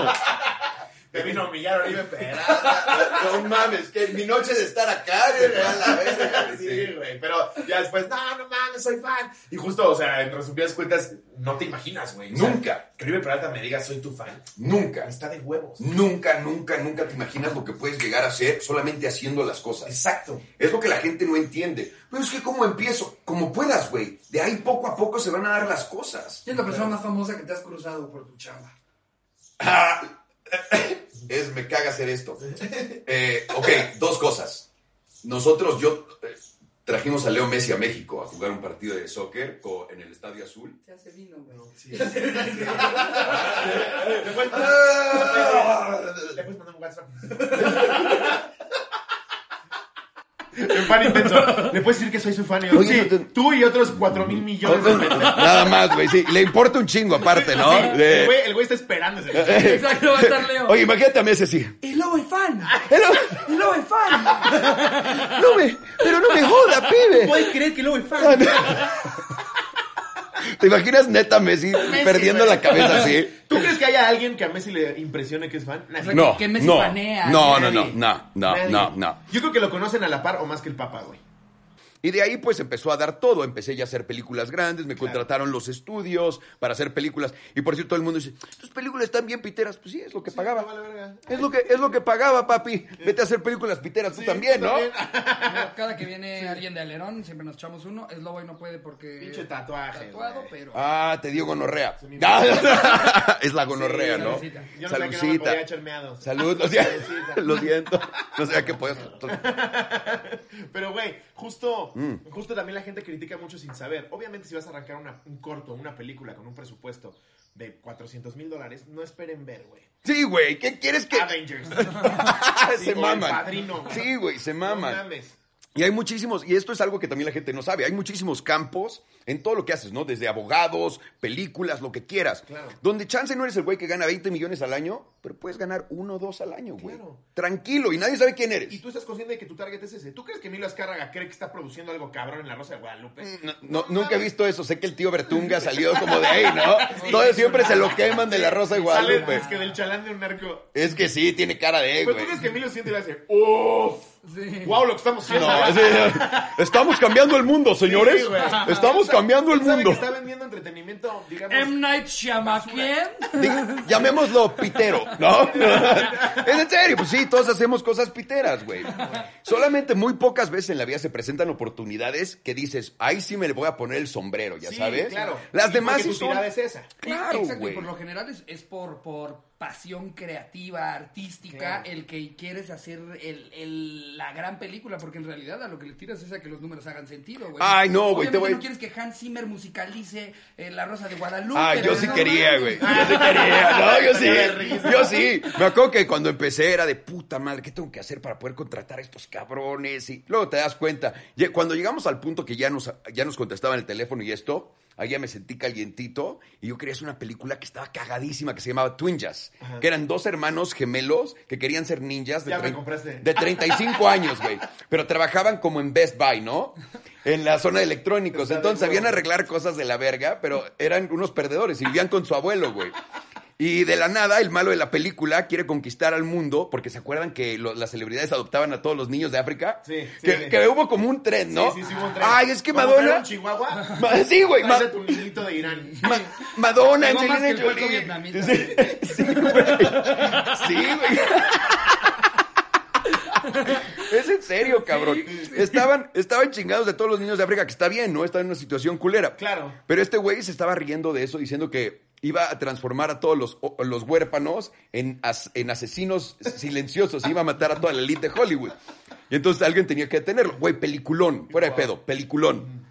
Te vino a humillar Oribe Peralta. No mames, que mi noche de estar acá se fue a la verga. güey, Sí, sí. güey. Pero ya después, no, no mames, soy fan. Y justo, o sea, en resumidas cuentas, no te imaginas, güey. O sea, Nunca, que Oribe Peralta me diga soy tu fan. nunca, Está de huevos. nunca, nunca, nunca te imaginas lo que puedes llegar a ser solamente haciendo las cosas. Exacto. Es lo que la gente no entiende. Pero es que, ¿cómo empiezo? Como puedas, güey. De ahí poco a poco se van a dar las cosas. ¿Quién es la persona más famosa que te has cruzado por tu chamba? Ah, <coughs> es, me caga hacer esto. Eh, ok, dos cosas. Nosotros, yo, eh, trajimos a Leo Messi a México a jugar un partido de soccer co- en el Estadio Azul. Ya se vino, güey. <laughs> <laughs> Sí. Le puedes mandar- le puedes mandar un WhatsApp. <laughs> En fan intenso. ¿Le puedes decir que soy su fan? Y yo, Oye, sí, no te- tú y otros 4 mil millones de pendejos. Nada más, güey. Sí, le importa un chingo aparte, ¿no? Sí, Eh, el, güey, el güey está esperando ese. <laughs> Exacto, va a estar Leo. Oye, imagínate a Messi así. El lobo es fan. Pero, El lobo es fan. <laughs> no me, pero no me joda, pibe. Ah, ¿Puedes creer que luego el fan? <laughs> ¿Te imaginas neta Messi, perdiendo güey. la cabeza así? ¿Tú crees que haya alguien que a Messi le impresione que es fan? Nadie. sea, No, que Messi no, banea, no, no, nadie. no, no, no, Nadie. no, no. Yo creo que lo conocen a la par o más que el papá, güey. Y de ahí pues empezó a dar todo, empecé ya a hacer películas grandes, me contrataron los estudios para hacer películas. Y por cierto, todo el mundo dice, tus películas están bien piteras. Pues sí, es lo que pagaba. vale verga. Es lo que, es lo que pagaba, papi. Vete a hacer películas piteras tú también, ¿no? Cada que viene alguien de Alerón, siempre nos echamos uno. Es lobo y no puede porque. Pinche tatuaje, Tatuado, güey. pero. Ah, te dio gonorrea. Sí, mi Ah, <laughs> es la gonorrea, Sí, ¿no? salucita. <laughs> Yo no sabía que no me podía echar meados. <laughs> Salud, lo siento. <laughs> Lo siento. No sabía que podías. Pero, güey, justo, Mm. justo también la gente critica mucho sin saber. Obviamente, si vas a arrancar una- un corto, una película con un presupuesto de 400 mil dólares, no esperen ver, güey. Sí, güey, ¿qué quieres que...? Avengers. Sí, o <laughs> se El maman. Padrino, güey. Sí, güey, se No maman. mames. Y hay muchísimos, y esto es algo que también la gente no sabe, hay muchísimos campos en todo lo que haces, ¿no? Desde abogados, películas, lo que quieras. Claro. Donde chance no eres el güey que gana 20 millones al año, pero puedes ganar uno o dos al año, güey. Claro. Tranquilo, y nadie sabe quién eres. Y tú estás consciente de que tu target es ese. ¿Tú crees que Emilio Azcárraga cree que está produciendo algo cabrón en La Rosa de Guadalupe? Mm, No, no, nunca he visto eso, sé que el tío Bertunga salió como de ahí, ¿no? Todo siempre se lo queman de la Rosa de Sale Guadalupe. es que del chalán de un narco. Es que sí, tiene cara de, Pero güey. tú crees que Emilio siente y le hace, uff, Sí. wow, lo que estamos haciendo. No, es- estamos cambiando el mundo, señores. Sí, güey. estamos cambiando el Él sabe mundo. que está vendiendo entretenimiento, digamos. M. Night Shyamalan. Diga- llamémoslo pitero, ¿no? es en serio, pues sí, todos hacemos cosas piteras, güey. Solamente muy pocas veces en la vida se presentan oportunidades que dices, ahí sí me le voy a poner el sombrero, ya Sí, sabes. claro. Las Y demás porque sí tu son. tirada es esa. Claro, Exacto, güey. y por lo general es, es por, por pasión creativa, artística, Claro. el que quieres hacer el, el- la gran película, porque en realidad a lo que le tiras es a que los números hagan sentido, güey. Ay, no, güey, te Obviamente voy- No quieres que Hans Zimmer musicalice eh, La Rosa de Guadalupe. Ah, yo pero sí no quería, mames. Ah, güey. <laughs> Yo Ah, sí quería, ¿no? Yo Tenía de sí. risa. Yo sí. Me acuerdo que cuando empecé era de puta madre, ¿qué tengo que hacer para poder contratar a estos cabrones? Y luego te das cuenta. Ye- Cuando llegamos al punto que ya nos, ya nos contestaban el teléfono y esto, ahí ya me sentí calientito y yo quería hacer una película que estaba cagadísima que se llamaba Twinjas, que eran dos hermanos gemelos que querían ser ninjas de, Ya me trein- compraste. de 35 años, güey. Pero trabajaban como en Best Buy, ¿no? En la zona de electrónicos. Está de Entonces habían huevo. arreglar cosas de la verga, pero eran unos perdedores y vivían con su abuelo, güey. Y de la nada, el malo de la película quiere conquistar al mundo, porque se acuerdan que lo- las celebridades adoptaban a todos los niños de África. Sí, sí, que, sí. que hubo como un tren, ¿no? Sí, sí, sí, hubo un tren. Ay, es que Cuando traen Madonna. un chihuahua? <laughs> Ma- sí, güey. ma- Parece tu niñito de Irán. Ma- Madonna, Pegó más Angelina que el puerco Jolie. vietnamita. Sí, sí, güey. Sí, güey. <laughs> Es en serio, cabrón. Estaban, estaban chingados de todos los niños de África, que está bien, ¿no? Estaban en una situación culera. Claro. Pero este güey se estaba riendo de eso, diciendo que iba a transformar a todos los, o- los huérfanos en, as- en asesinos silenciosos. Iba a matar a toda la elite de Hollywood. Y entonces alguien tenía que detenerlo. Güey, peliculón. Fuera de pedo, peliculón.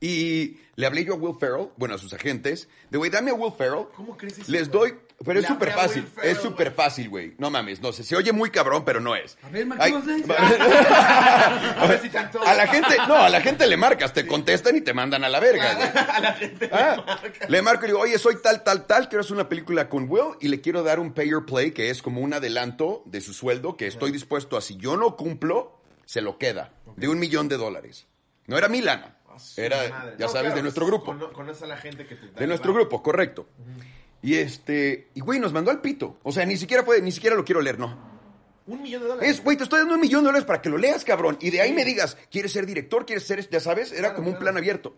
Y le hablé yo a Will Ferrell, bueno, a sus agentes, de güey, dame a Will Ferrell. ¿Cómo crees eso, Les güey? doy, pero es Le hablé súper a fácil, Will Ferrell, es súper fácil, güey. No mames, no sé, se oye muy cabrón, pero no es. A ver, Ay, <laughs> marquémosle. A ver si tanto. a la gente, no, a la gente le marcas, te contestan y te mandan a la verga, güey. A la gente. Ah, le marco y le digo, oye, soy tal, tal, tal, quiero hacer una película con Will y le quiero dar un pay or play, que es como un adelanto de su sueldo, que estoy dispuesto a, si yo no cumplo, se lo queda, de un millón de dólares. No era mi lana, A su era, madre. ya No, sabes, claro, de nuestro grupo. cono- Conoces a la gente que te De nuestro grupo, correcto. Y este, y güey, nos mandó al pito. O sea, ni siquiera fue, ni siquiera lo quiero leer, no. Un millón de dólares. Es, güey, te estoy dando un millón de dólares para que lo leas, cabrón. Y de ahí me digas, ¿quieres ser director? ¿Quieres ser, ya sabes? Era Claro, como un claro. plan abierto.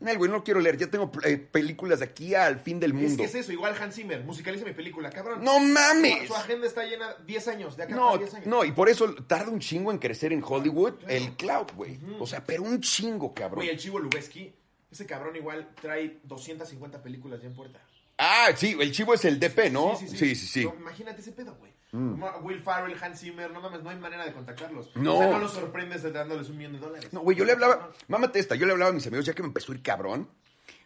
No, güey, no lo quiero leer. Ya tengo eh, películas de aquí al fin del Es mundo. que es eso, igual Hans Zimmer, musicaliza mi película, cabrón. ¡No Su- mames! Su agenda está llena 10 años, de acá No, para 10 años. no, y por eso tarda un chingo en crecer en Hollywood el cloud, güey. O sea, pero un chingo, cabrón. Güey, el Chivo Lubeski, ese cabrón igual trae 250 películas ya en puerta. Ah, sí, el chivo es el DP, ¿no? Sí, sí, sí. Mm. No, imagínate ese pedo, güey. Ma- Will Farrell, Hans Zimmer, no mames, no hay manera de contactarlos. No. O sea, no los sorprendes dándoles un millón de dólares. No, güey, yo le hablaba, mámate esta, yo le hablaba a mis amigos, ya que me empezó a ir cabrón,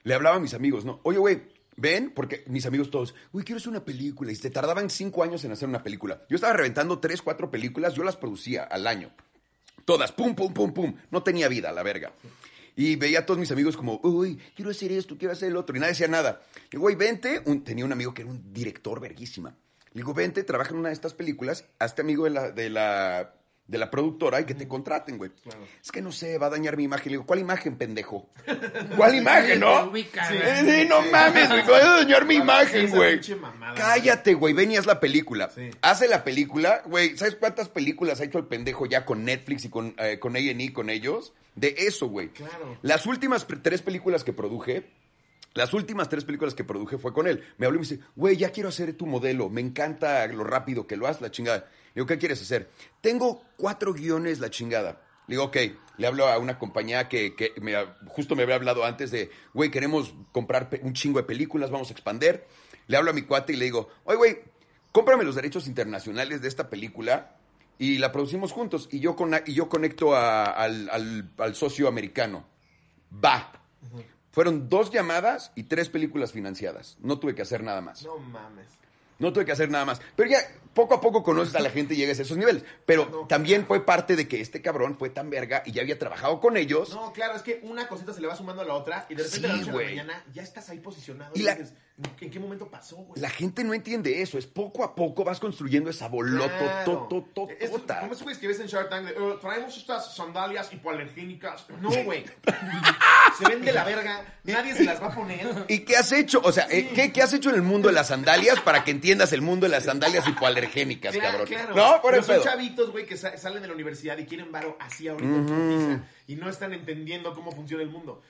le hablaba a mis amigos, ¿no? Oye, güey, ven, porque mis amigos todos, güey, quiero hacer una película, y se tardaban cinco años en hacer una película. Yo estaba reventando tres, cuatro películas, yo las producía al año. Todas, pum, pum, pum, pum. No tenía vida, la verga. Y veía a todos mis amigos como, uy, quiero hacer esto, quiero hacer el otro. Y nadie decía nada. Le digo, güey, vente. Un- tenía un amigo que era un director verguísima. Le digo, vente, trabaja en una de estas películas, hazte amigo de la, de la de la productora y que te contraten, güey. Es que no sé, va a dañar mi imagen. Le digo, ¿cuál imagen, pendejo? <laughs> ¿Cuál imagen, no? ubica, Sí, güey. sí, no mames, güey, va a dañar mi imagen, Esa güey. pinche mamada. Cállate, güey, ven y haz la película. Sí. Hace la película, güey. ¿Sabes cuántas películas ha hecho el pendejo ya con Netflix y con eh, con A&E, con ellos? De eso, güey. Claro. Las últimas pre- tres películas que produje, las últimas tres películas que produje fue con él. Me habló y me dice, güey, ya quiero hacer tu modelo. Me encanta lo rápido que lo haces, la chingada. Le digo, ¿qué quieres hacer? Tengo cuatro guiones, la chingada. Le digo, ok. Le hablo a una compañía que, que me ha- justo me había hablado antes de, güey, queremos comprar pe- un chingo de películas, vamos a expander. Le hablo a mi cuate y le digo, oye, güey, cómprame los derechos internacionales de esta película y la producimos juntos. Y yo, con, y yo conecto a- al- al- al socio americano. Va. Fueron dos llamadas y tres películas financiadas. No tuve que hacer nada más. No, No mames. tuve que hacer nada más. Pero ya poco a poco conoces a la gente y llegas a esos niveles. Pero también fue parte de que este cabrón fue tan verga y ya había trabajado con ellos. No, claro, es que una cosita se le va sumando a la otra y de repente Sí, de la noche a la güey. mañana ya estás ahí posicionado. Y Y la- dices, ¿En qué momento pasó, güey? La gente no entiende eso. Es poco a poco vas construyendo esa bolota. Claro. Es- tota. ¿Cómo es güey, que ves en Shark Tank? de, "Eh, traemos estas sandalias hipoalergénicas. No, güey. <laughs> se ven de la verga. Nadie se las va a poner. ¿Y qué has hecho? O sea, eh, ¿qué, qué has hecho en el mundo de las sandalias para que entiendas el mundo de las <laughs> sandalias hipoalergénicas, cabrón? Claro, claro. No, por Pero eso. son chavitos, güey, que sa- salen de la universidad y quieren varo así ahorita putiza, y no están entendiendo cómo funciona el mundo.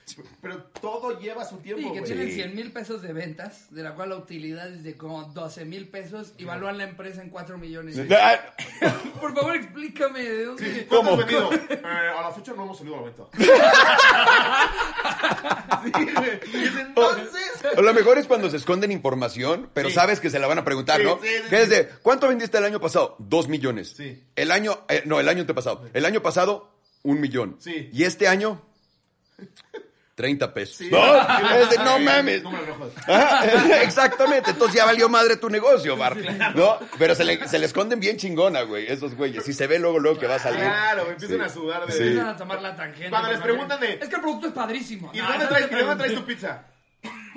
Pero todo lleva su tiempo, Sí, que güey. tienen 100 mil pesos de ventas, de la cual la utilidad es de como 12 mil pesos y valúan la empresa en 4 millones. Ah, Por favor, explícame de dónde. ¿Cómo? ¿Cómo? has venido? Eh, a la fecha no hemos salido al <laughs> evento. entonces... O lo mejor es cuando se esconden información, pero Sí. sabes que se la van a preguntar, Sí, ¿no? sí, sí, Que es sí. de, ¿cuánto vendiste el año pasado? Dos millones. Sí. El año, eh, no, el año antepasado. El año pasado, un millón. Sí. Y este año, 30 pesos. <laughs> Sí. No, Es de, no mames. Número rojo. Ajá, <laughs> exactamente, entonces ya valió madre tu negocio, Bart. ¿No? Pero se le, se le esconden bien chingona, güey, esos güeyes. Y se ve luego, luego que va a salir. Claro, empiezan Sí. a sudar de... Sí. Empiezan a tomar la tangente. Cuando les porque- preguntan de- Es que el producto es padrísimo. ¿Y Ah, No, <laughs> de dónde eso traes, te y de dónde preguntan. traes tu pizza?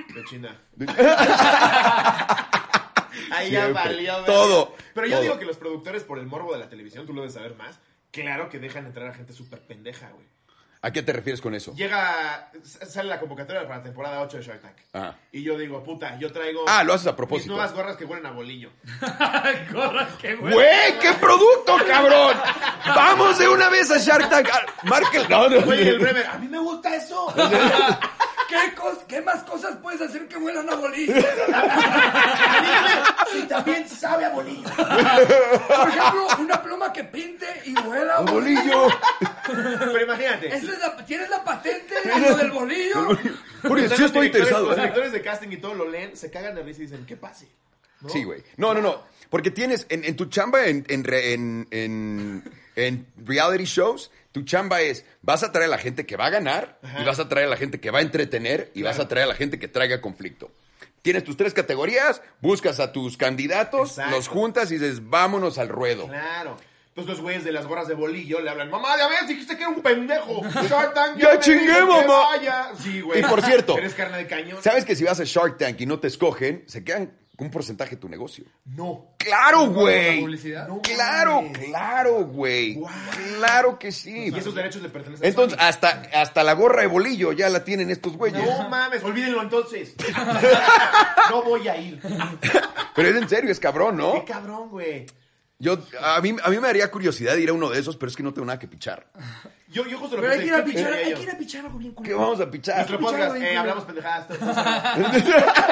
De China. <laughs> Ahí ya Siempre. valió. ¿verdad? Todo, Pero yo todo. digo que los productores, por el morbo de la televisión, tú lo debes saber más, claro que dejan entrar a gente súper pendeja, güey. ¿A qué te refieres con eso? Llega, s- sale la convocatoria para la temporada 8 de Shark Tank. Ajá. Y yo digo, puta, yo traigo... Ah, lo haces a propósito. Mis nuevas gorras que huelen a <laughs> bolillo. Gorras, qué bueno. ¡Güey! ¡Qué producto, cabrón! ¡Vamos de una vez a Shark Tank! Ah, Marca el... No, no. Oye, el Bremer, a mí me gusta eso. <laughs> ¿Qué, cos- qué más cosas puedes hacer que vuelan a <laughs> bolillos? Sí, también sabe a bolillo. Por ejemplo, una pluma que pinte y vuela a bolillo. bolillo! Pero imagínate. Esa es la- ¿Tienes la patente lo del bolillo? Porque sí Entonces, estoy los directores- interesado. ¿eh? Los directores de casting y todo lo leen, se cagan de risa y dicen, ¿qué pase? ¿No? Sí, güey. No, no, no. Porque tienes en, en tu chamba, en, en, re- en, en- en reality shows, tu chamba es, vas a traer a la gente que va a ganar, y vas a traer a la gente que va a entretener, y vas a traer a la gente que traiga conflicto. Tienes tus tres categorías, buscas a tus candidatos, Exacto. los juntas y dices, vámonos al ruedo. Claro. Entonces los güeyes de las gorras de bolillo le hablan, mamá, ya ves, dijiste que era <laughs> un pendejo. Shark Tank, Ya me chingué, dijo que mamá. Vaya. Sí, güey. Y por cierto- <laughs> Eres carne de cañón. Sabes que si vas a Shark Tank y no te escogen, se quedan con un porcentaje de tu negocio. No. ¡Claro, güey! publicidad. No ¡Claro, mames. claro, güey! Wow. ¡Claro que sí! Y esos derechos le pertenecen a Entonces, ah, Sony. hasta, hasta la gorra de bolillo ya la tienen estos güeyes. No mames, olvídenlo <laughs> entonces. no voy a ir. Pero es en serio, es cabrón, Qué ¿no? cabrón, güey. Yo, a, mí, a mí me daría curiosidad ir a uno de esos, pero es que no tengo nada que <laughs> pichar. Yo, yo justo lo Pero hay que ir a pues, ¿qué pichar, pensaría hay yo? que ir a pichar algo bien ¿Qué culero. vamos a pichar? Nuestro podcast, Pichar, eh, güey, hablamos pendejadas.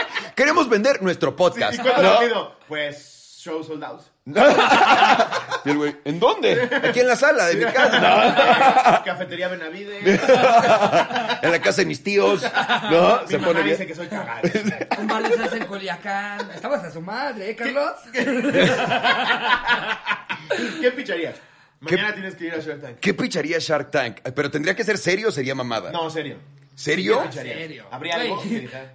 <laughs> Queremos vender nuestro ¿Y podcast, cuánto ¿no? <laughs> rápido? Pues, show sold out. <laughs> Y el güey, ¿en dónde? Aquí en la sala de mi casa. <laughs> Cafetería Benavide. En la casa de mis tíos, ¿no? Mi Se mamá pone dice bien. que soy cagado. <laughs> Un bar de salsa en Culiacán. Estabas a su madre, ¿eh, Carlos? ¿Qué picharías? Mañana tienes que ir a Shark Tank. ¿Qué picharía Shark Tank? Pero tendría que ser serio o sería mamada. No, serio. ¿Serio? ¿Qué picharías? serio? ¿Habría Güey. <laughs> algo? que dijera?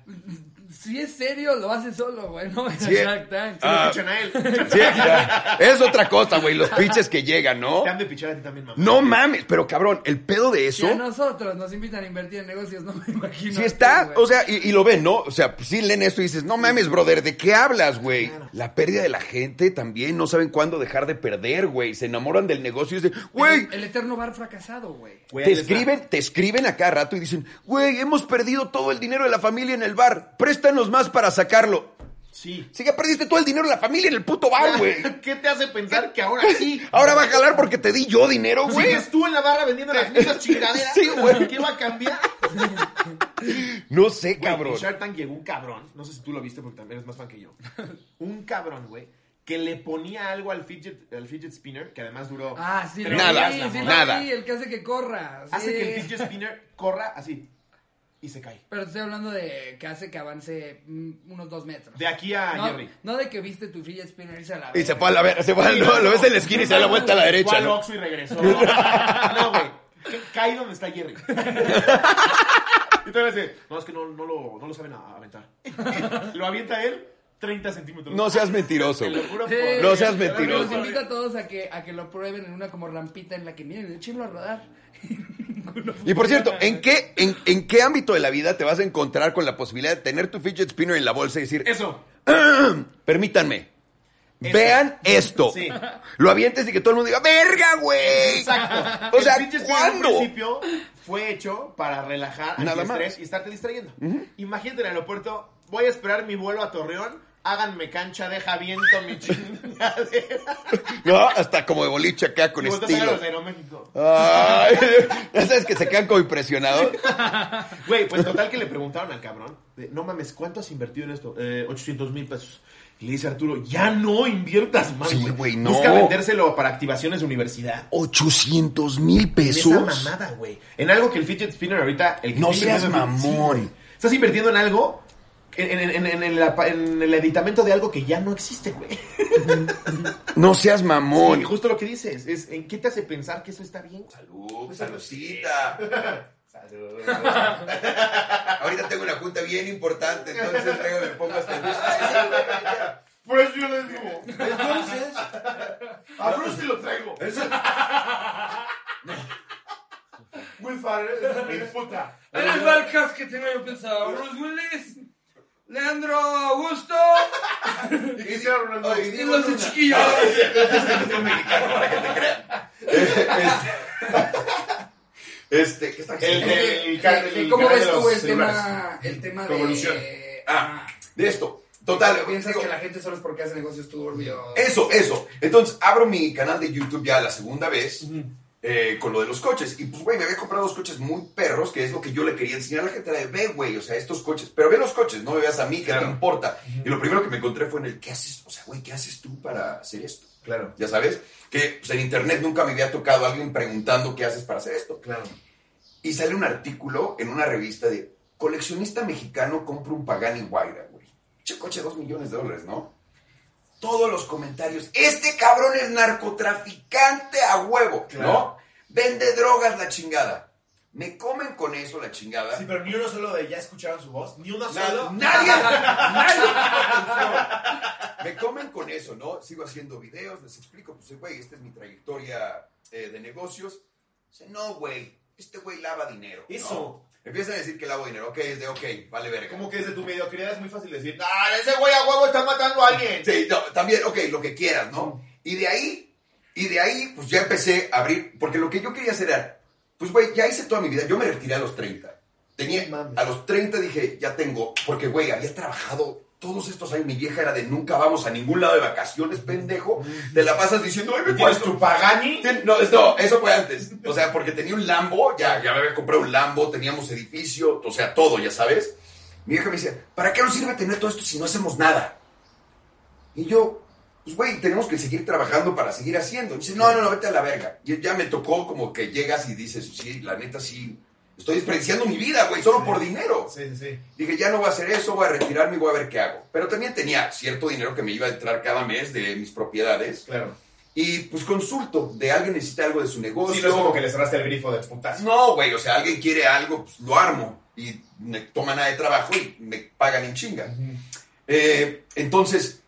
Si es serio, lo hace solo, güey. No es Sí. Shark Tank. Ah. Escuchan a él. <laughs> Sí, ya. es otra cosa, güey, los pinches que llegan, ¿no? Te han de pichar a ti también, mamá. No mames, pero cabrón, el pedo de Si a eso. nosotros nos invitan a invertir en negocios, no me imagino. Si a ti, está, güey. o sea, y, y lo ven, ¿no? O sea, pues, sí leen esto y dices, no mames, brother, ¿de qué hablas, güey? La pérdida de la gente también, no saben cuándo dejar de perder, güey. Se enamoran del negocio y dicen, güey, El, el eterno bar fracasado, güey. Güey, te ahí les va. escriben, te escriben a cada rato y dicen, güey, hemos perdido todo el dinero de la familia en el bar, préstanos más para sacarlo. Sí. Sí, ya perdiste todo el dinero de la familia en el puto bar, Ah, güey. <laughs> ¿Qué te hace pensar que ahora <laughs> sí? Ahora va a jalar porque te di yo dinero, Pues, güey. sigues tú en la barra <laughs> vendiendo las mismas chingaderas. Sí, güey. ¿Qué va a cambiar? No sé, <laughs> Güey, cabrón. En Shark Tank llegó un cabrón, no sé si tú lo viste porque también eres más fan <laughs> que yo. Un cabrón, güey, que le ponía algo al fidget, al fidget spinner, que además duró. Ah, sí, tres Nada, días, la sí, sí, mamá. nada. Sí, el que hace que corra. sí. Hace que el fidget spinner corra así y se cae. Pero te estoy hablando de que hace que avance mm, unos dos metros. De aquí a no, Jerry. no de que viste tu fidget spinner y se la ah, Y se fue a la verga, se fue al- no, lo ves en la esquina y se da la vuelta a la Fue derecha, al ¿no? Oxxo <laughs> y regresó. No, güey. que- Cae donde está Jerry. Y todavía dice, no, es que no, no, lo, no lo saben a- aventar. <laughs> Lo avienta él 30 centímetros. No seas mentiroso, Te lo güey. juro Sí. por- No seas te lo Pero los juro mentiroso. por- invito a todos a que, a que lo prueben en una como rampita en la que miren, échenlo a rodar. <laughs> Y por cierto, eh, ¿en qué, en, en qué ámbito de la vida te vas a encontrar con la posibilidad de tener tu fidget spinner en la bolsa y decir, Eso. permítanme, Eso. vean esto? Sí. Lo avientes y que todo el mundo diga, ¡verga, güey! Exacto. O sea, el pinche ¿cuándo? En principio fue hecho para relajar Nada el estrés más. y estarte distrayendo. Imagínate en el aeropuerto, voy a esperar mi vuelo a Torreón, háganme cancha, deja viento mi chingadera. ¿No? Hasta como de boliche acá con y volteas a ver estilo. a los de Aeroméxico. Ay, <laughs> ya sabes que se quedan como impresionados. Güey, pues total que le preguntaron al cabrón, de, no mames, ¿cuánto has invertido en esto? Eh, 800 mil pesos. Y le dice Arturo, ya no inviertas más, Sí, güey. güey, no. Busca vendérselo para activaciones de universidad. 800 mil En esa pesos. mamada, güey. En algo que el fidget spinner ahorita... El que No estoy seas invirtiendo- Sí, mamón. güey. Estás invirtiendo en algo... En, en- en- en- en la pa- en el aditamento de algo que ya no existe, güey. No seas Y mamón. justo lo que dices es, ¿en qué te hace pensar que eso está bien? Salud, saludcita. Ahorita tengo una junta bien importante, entonces traigo, me pongo hasta el... Pues yo les digo, Entonces, a Bruce lo traigo. <laughs> eso- Will Farrell es mi puta. Eres Valcas que tenía yo pensado. Bruce Willis, Leandro Augusto Y hicieron una Oye, y digo, los chiquillos. este, ¿qué está El de- El car- el ¿Cómo canal ves de tú los el tema, el tema de... Convolución. Ah, de esto. Total, Piensas digo, que la gente solo es porque hace negocios turbios. Eso, eso. Entonces, abro mi canal de YouTube ya la segunda vez eh, con lo de los coches. Y pues, güey, me había comprado dos coches muy perros, que es lo que yo le quería enseñar a la gente. Era de, ve, güey, o sea, estos coches. Pero ve los coches, no me veas a mí, que Claro. te importa. Y lo primero que me encontré fue en el, ¿qué haces? O sea, güey, ¿qué haces tú para hacer esto? Claro, Ya sabes, que pues, en internet nunca me había tocado alguien preguntando qué haces para hacer esto. claro. Y sale un artículo en una revista de coleccionista mexicano compra un Pagani Huayra, güey. Che coche, dos millones de dólares, ¿no? Todos los comentarios. Este cabrón es narcotraficante a huevo, ¿no? Claro. Vende drogas la chingada. Me comen con eso la chingada. Sí, pero ni uno solo de ya escucharon su voz, ni uno Na- solo. <laughs> Nadie, nadie. Me comen con eso, ¿no? Sigo haciendo videos, les explico, pues, güey, esta es mi trayectoria eh, de negocios. Dice, no, güey, este güey lava dinero. ¿no? Eso. Empiezan a decir que lavo dinero, ok, es de, ok, vale verga. Como que desde tu mediocridad es muy fácil decir, ah, ese güey a huevo está matando a alguien. Sí, no, también, ok, lo que quieras, ¿no? Y de ahí, y de ahí, pues ya empecé a abrir, porque lo que yo quería hacer era, pues güey, ya hice toda mi vida, yo me retiré a los 30. Tenía, No mames. a los 30 dije, ya tengo, porque güey, había trabajado todos estos años, mi vieja era de nunca vamos a ningún lado de vacaciones, pendejo, te la pasas diciendo, ay, me ¿Tienes cuesta tu Pagani? Ten- No, es- no, eso fue antes. O sea, porque tenía un Lambo, ya, ya me había comprado un Lambo, teníamos edificio, o sea, todo, ya sabes. Mi vieja me dice, ¿para qué nos sirve tener todo esto si no hacemos nada? Y yo, pues güey, tenemos que seguir trabajando para seguir haciendo. Y dice, no, no, no, vete a la verga. Y ya me tocó como que llegas y dices, sí, la neta sí, estoy desperdiciando mi vida, güey, solo por dinero. Sí, sí, sí. Dije, ya no voy a hacer eso, voy a retirarme y voy a ver qué hago. Pero también tenía cierto dinero que me iba a entrar cada mes de mis propiedades. Claro. Y pues consulto de alguien necesita algo de su negocio. Sí, Pues no es como que le cerraste el grifo de putas. No, güey, o sea, alguien quiere algo, pues lo armo. y me toman nada de trabajo y me pagan en chinga. Eh, entonces,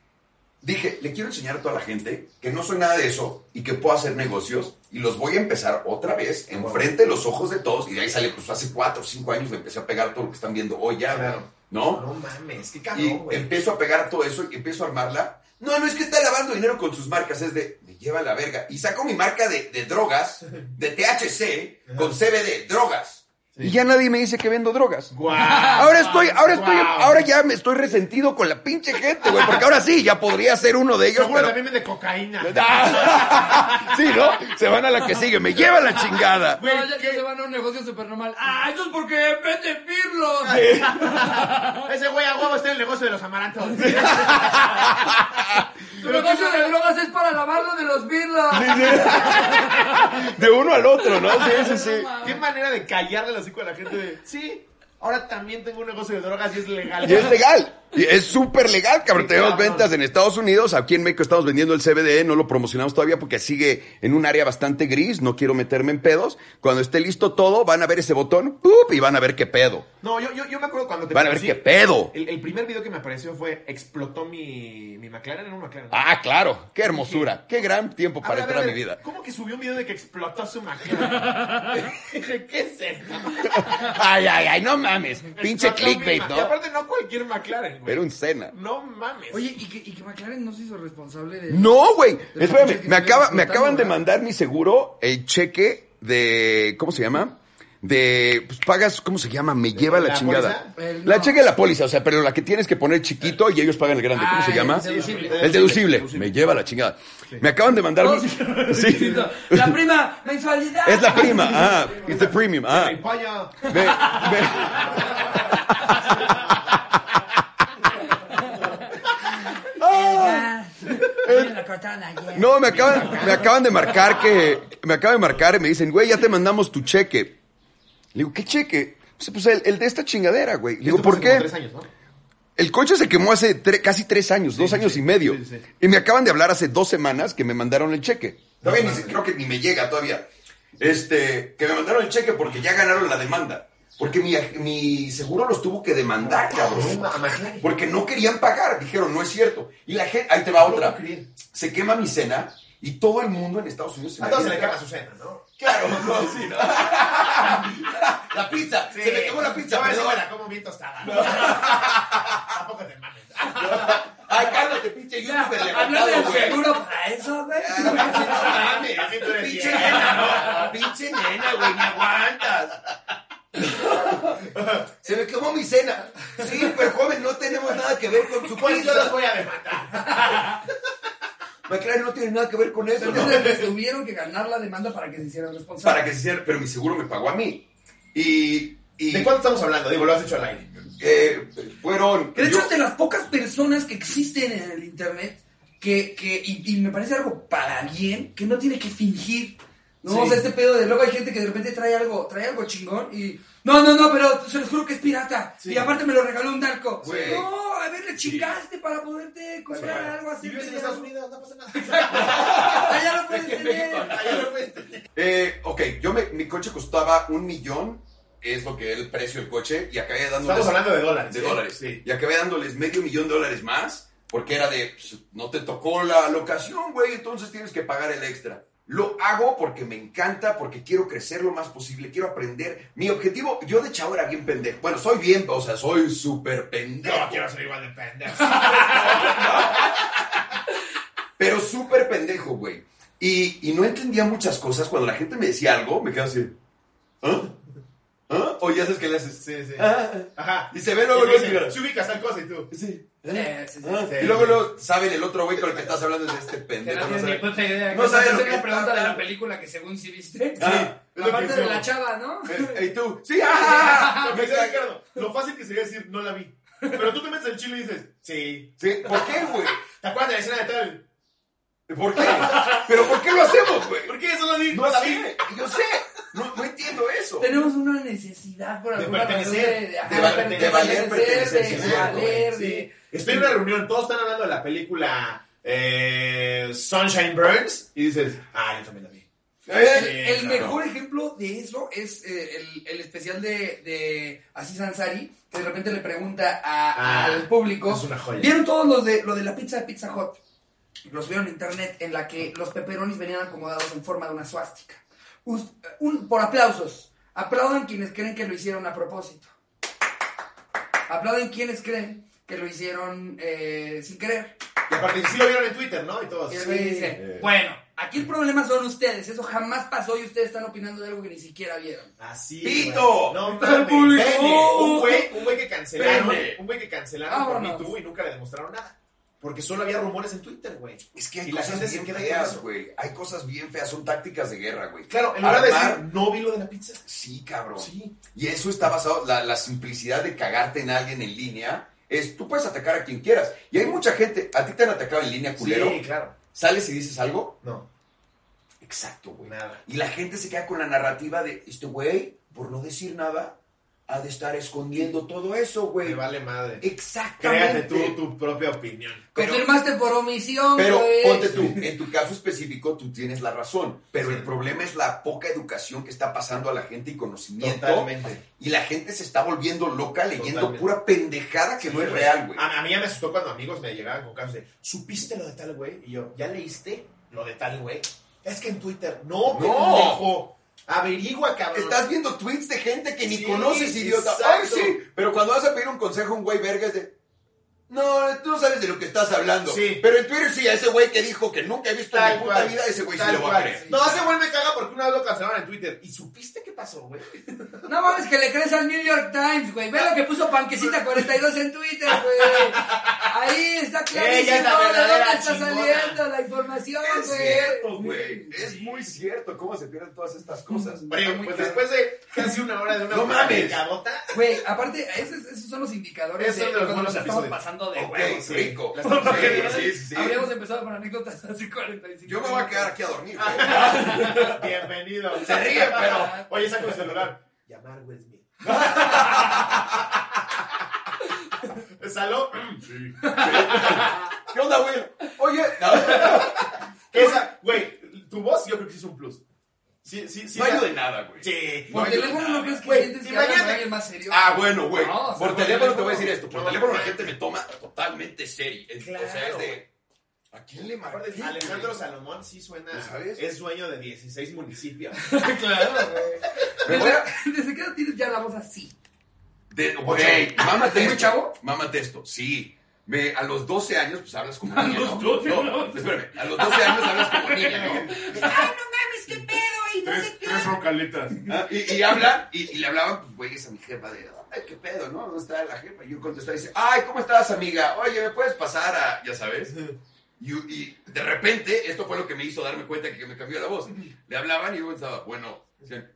dije, le quiero enseñar a toda la gente que no soy nada de eso y que puedo hacer negocios y los voy a empezar otra vez enfrente de los ojos de todos. Y de ahí sale, pues hace cuatro o cinco años me empecé a pegar todo lo que están viendo hoy ya, Claro. ¿no? No mames, qué Y cabrón, güey. empiezo a pegar todo eso y empiezo a armarla. No, no es que está lavando dinero con sus marcas, es de, me lleva la verga. Y saco mi marca de, de drogas, de THC, con CBD, drogas. Ah, Y ya nadie me dice que vendo drogas. Guau. Ahora estoy, ahora estoy, Guau. ahora ya me estoy resentido con la pinche gente, güey, porque ahora sí, ya podría ser uno de ellos, Seguro pero... Ah, también vende cocaína. <laughs> sí, ¿no? Se van a la que sigue, me lleva la <laughs> chingada. No, ya, ya se van a un negocio súper normal. ¡Ah, eso es porque vende pirlos! Ese güey a huevo está en el negocio de los amarantos. Su negocio de drogas es para lavarlo de los pirlos. De uno al otro, ¿no? Sí, sí, sí. Qué manera de callarle el hocico a la gente de, sí, ahora también tengo un negocio de drogas y es legal. Y es legal. Y es súper legal, cabrón. Sí, Tenemos cabrón. ventas en Estados Unidos. Aquí en México estamos vendiendo el CBD. E, No lo promocionamos todavía porque sigue en un área bastante gris. No quiero meterme en pedos. Cuando esté listo todo, van a ver ese botón ¡pup! y van a ver qué pedo. No, yo, yo, yo me acuerdo cuando te Van a ver conocí, qué pedo. El, el primer video que me apareció fue explotó mi, mi McLaren en un McLaren. Ah, claro. Qué hermosura. Qué gran tiempo A ver, para a ver, entrar a a mi ver, vida. ¿Cómo que subió un video de que explotó su McLaren? <laughs> Dije, ¿qué es esto? Ay, ay, ay, no <laughs> mames. Pinche Explotó mi clickbait, Ma- Y ¿no? aparte no cualquier McLaren, güey. Era un cena. No mames. Oye, ¿y que, y que McLaren no se hizo responsable de... No, güey. Pero Espérame, pinche que me, están acaba, me explotando, acaban de ¿verdad? mandar mi seguro, el cheque de. ¿Cómo se llama? De. Pues pagas, ¿cómo se llama? Me lleva la, ¿La chingada. póliza? El- La no. cheque de la póliza, o sea, pero la que tienes que poner chiquito y ellos pagan el grande. ¿Cómo Ah, se el llama? deducible. El deducible. Me lleva la chingada. Me acaban de mandar. No, mi- Oh, sí, <laughs> Sí. La prima, mensualidad. Es la prima, ah, it's the premium, ah. Ay, pollo. Me- me- Ah, me la cortaron ayer. No, me acaban, me acaban de marcar que. Me acaban de marcar y me dicen, güey, ya te mandamos tu cheque. Le digo, ¿qué cheque? Pues, pues, el, el de esta chingadera, güey. Le digo, Esto ¿por fue hace como qué? tres años, ¿no? El coche se quemó hace tre- casi tres años, dos años sí, y medio. sí, sí. Y me acaban de hablar hace dos semanas que me mandaron el cheque. Todavía ni, se- creo que ni me llega todavía. Este, que me mandaron el cheque porque ya ganaron la demanda. Porque mi, mi seguro los tuvo que demandar, cabrón. No, McLaren. Porque no querían pagar, dijeron, no es cierto. Y la gente, ahí te va No otra. puedo creer. Se quema mi cena y todo el mundo en Estados Unidos se A me todos se viene le atrás. cama su cena, ¿no? Claro, <laughs> no, sí, no. La pizza, se me quemó la pizza. No, perdón. sí me la como bien tostada. <laughs> Tampoco te <laughs> mames. Ay, Carlos, de pinche Ya, youtuber Hablando levantado, del güey. seguro para eso, güey. Ah, mames, también tú eres Pinche bien. nena, ¿no? Pinche nena, güey, me aguantas. <laughs> Se me quemó mi cena. Sí, pero joven, no tenemos nada que ver con su Pues yo los pizza. voy a demandar. McLaren no tiene nada que ver con eso. Entonces les tuvieron que ganar la demanda para que se hicieran responsables. Para que se cierre, pero mi seguro me pagó a mí. Y, y ¿De cuánto estamos hablando? Digo, lo has hecho al aire. eh, fueron... Que de hecho yo- es de las pocas personas que existen en el internet que, que y, y me parece algo para bien, que no tiene que fingir. No, Sí. o sea, este pedo de luego hay gente que de repente trae algo, trae algo chingón y no, no, no, pero se los juro que es pirata. Sí. Y aparte me lo regaló un narco. Güey. No, a ver, le chingaste para poderte comprar Pues algo así. Si vives en de- Estados Unidos, no <laughs> pasa nada. Allá lo puedes tener. <laughs> Ay, no puedes tener. Eh, ok, yo me, mi coche costaba un millón, es lo que era el precio del coche, y acabé dándoles... Estamos hablando de dólares. de ¿sí? dólares. Sí. Y acabé dándoles medio millón de dólares más, porque era de, pues, no te tocó la locación, güey, entonces tienes que pagar el extra. Lo hago porque me encanta, porque quiero crecer lo más posible, quiero aprender. Mi objetivo, yo de chavo era bien pendejo. Bueno, soy bien, o sea, soy súper pendejo. No quiero ser igual de pendejo. Pero súper pendejo, güey. Y, y no entendía muchas cosas. Cuando la gente me decía algo, me quedaba así. ¿Ah? ¿Ah? O ya sabes que le haces. <laughs> Sí, sí. Ah, ah, Ajá. Y se ve luego, Y me luego, dicen, mira. Si ubicas tal cosa y tú. sí, Eh, sí, sí. ah. Sí. Y luego, luego saben el otro güey con el que estás hablando de este Que no pendejo. No tienes ni sabe. puta idea. No Que sabes te lo hacen que ah, la pregunta está- de la película que según sí viste. Ah, Sí. es lo La parte que de fue. la chava, ¿no? Eh, Y tú, sí, ah, <laughs> Lo que decía Ricardo, lo fácil que sería decir, no la vi. Pero tú te metes el chile y dices, sí. sí, ¿por qué, güey? ¿Te acuerdas de la escena de tal? ¿Por qué? ¿Pero por qué lo hacemos, güey? ¿Por qué eso lo di? No la vi, yo sé, no, no entiendo eso. Tenemos una necesidad por De alguna razón pertenecer, de, de val- de valer, de, pertenecer, de sí, valer, Sí. de- Estoy en una reunión, todos están hablando de la película eh, Sunshine Burns y dices, ah, yo también la vi. ¿Eh? El, el No. mejor ejemplo de eso es eh, el, el especial de, de Aziz Ansari, que de repente le pregunta a- Ah, al público. es una joya. ¿Vieron todos los de, lo de la pizza de Pizza Hut? Los vieron en internet en la que los peperonis venían acomodados en forma de una suástica. Us- un- por aplausos. Aplaudan quienes creen que lo hicieron a propósito. Aplauden quienes creen que lo hicieron eh, sin querer. Y aparte, sí lo vieron en Twitter, ¿no? Y todos. Y el güey dice, bueno, aquí el problema son ustedes, eso jamás pasó y ustedes están opinando de algo que ni siquiera vieron. Así. ¡Pito! güey. No Está el mames. público. Pene. Un güey, un güey que cancelaron. Pene. Un güey que cancelaron Vámonos. por Me Too y nunca le demostraron nada. Porque solo había rumores en Twitter, güey. Es que hay Y la cosas gente se bien queda feas, llorando. güey. Hay cosas bien feas. Son tácticas de guerra, güey. Claro, en lugar de Armar- decir, no vi lo de la pizza. Sí, cabrón. Sí. Y eso está basado, la, la simplicidad de cagarte en alguien en línea, es tú puedes atacar a quien quieras. Y hay mucha gente, a ti te han atacado en línea, culero. Sí, claro. Sales y dices algo. No, Exacto, güey. nada. Y la gente se queda con la narrativa de, este güey, por no decir nada, ha de estar escondiendo todo eso, Me güey. vale madre. Créate Exactamente. tú tu propia opinión. Pero- Confirmaste por omisión, Pero güey. ponte tú, en tu caso específico tú tienes la razón, pero Sí. el problema es la poca educación que está pasando a la gente y conocimiento. Totalmente. Y la gente se está volviendo loca leyendo Totalmente. pura pendejada que no es real, güey. Ah, A, a mí ya me asustó cuando amigos me llegaban con casos de, ¿supiste lo de tal güey? Y yo, ¿ya leíste lo de tal güey? Es que en Twitter, no, No. pendejo. Averigua, cabrón. Estás viendo tweets de gente que ni Sí, conoces, idiota. exacto. Ay, sí, pero cuando vas a pedir un consejo a un güey verga es de... No, tú no sabes de lo que estás hablando. Sí. Pero en Twitter sí, a ese güey que dijo que nunca he visto en mi puta cual. vida, ese güey sí Tal lo va a cual. creer. No, ese güey me caga porque una vez lo cancelaron en Twitter. ¿Y supiste qué pasó, güey? No mames que le crees al New York Times, güey. Ve lo que puso Panquecita 42 en Twitter, güey. <laughs> Ahí está Ella clarísimo es de la verdadera dónde está chingona. saliendo la información, Es güey. cierto, güey. Es muy cierto cómo se pierden todas estas cosas. Oye, Está muy pues claro. después de casi una hora de una No mames. <laughs> cabota. Güey, aparte, esos, esos son los indicadores Esos son de los cuando nos buenos estamos episodios. pasando de Ok, huevos. sí. rico. La estamos Sí, viendo, <laughs> sí, sí, sí. Habríamos empezado con anécdotas hace 45 Yo me voy a quedar aquí a dormir. güey. Bienvenido. Se ríe, pero. Oye, saco el celular. Llamar <laughs> Westmead. ¿Saló? Sí. <laughs> ¿Qué onda, güey? Oye. <laughs> No, Esa, güey, tu voz yo creo que sí es un plus. Sí, sí, sí. no ayuda en nada, güey. Sí. Por No, teléfono yo- no crees que Güey, sientes que imagínate- hablas con alguien más serio. Ah, bueno, güey. No, o sea, por por teléfono teléfono. te voy a decir esto. Por No, teléfono la güey. gente me toma totalmente serio. Es- Claro, o sea, es de. ¿A quién le marqué? Aparte, Alejandro Salomón sí suena. ¿Sabes? Es dueño de 16 <laughs> municipios. claro, güey. <laughs> Me voy a- Desde que edad tienes ya la voz así. De, güey, mámate ¿Muy esto. chavo? Mámate esto, sí. Me, a los 12 años, pues hablas como niña, los ¿no? 12, No, no. espérame. A los 12 años hablas como niña, ¿no? Tres, tres rocaletas. Ah, Y, y habla, y, y le hablaban, pues, güeyes a mi jefa de, ay, qué pedo, ¿no? ¿Dónde está la jefa? Y yo contestaba y dice, ay, ¿cómo estás, amiga? Oye, ¿me puedes pasar a, ya sabes? Y, y de repente, esto fue lo que me hizo darme cuenta que me cambió la voz. Le hablaban y yo pensaba, bueno, decían,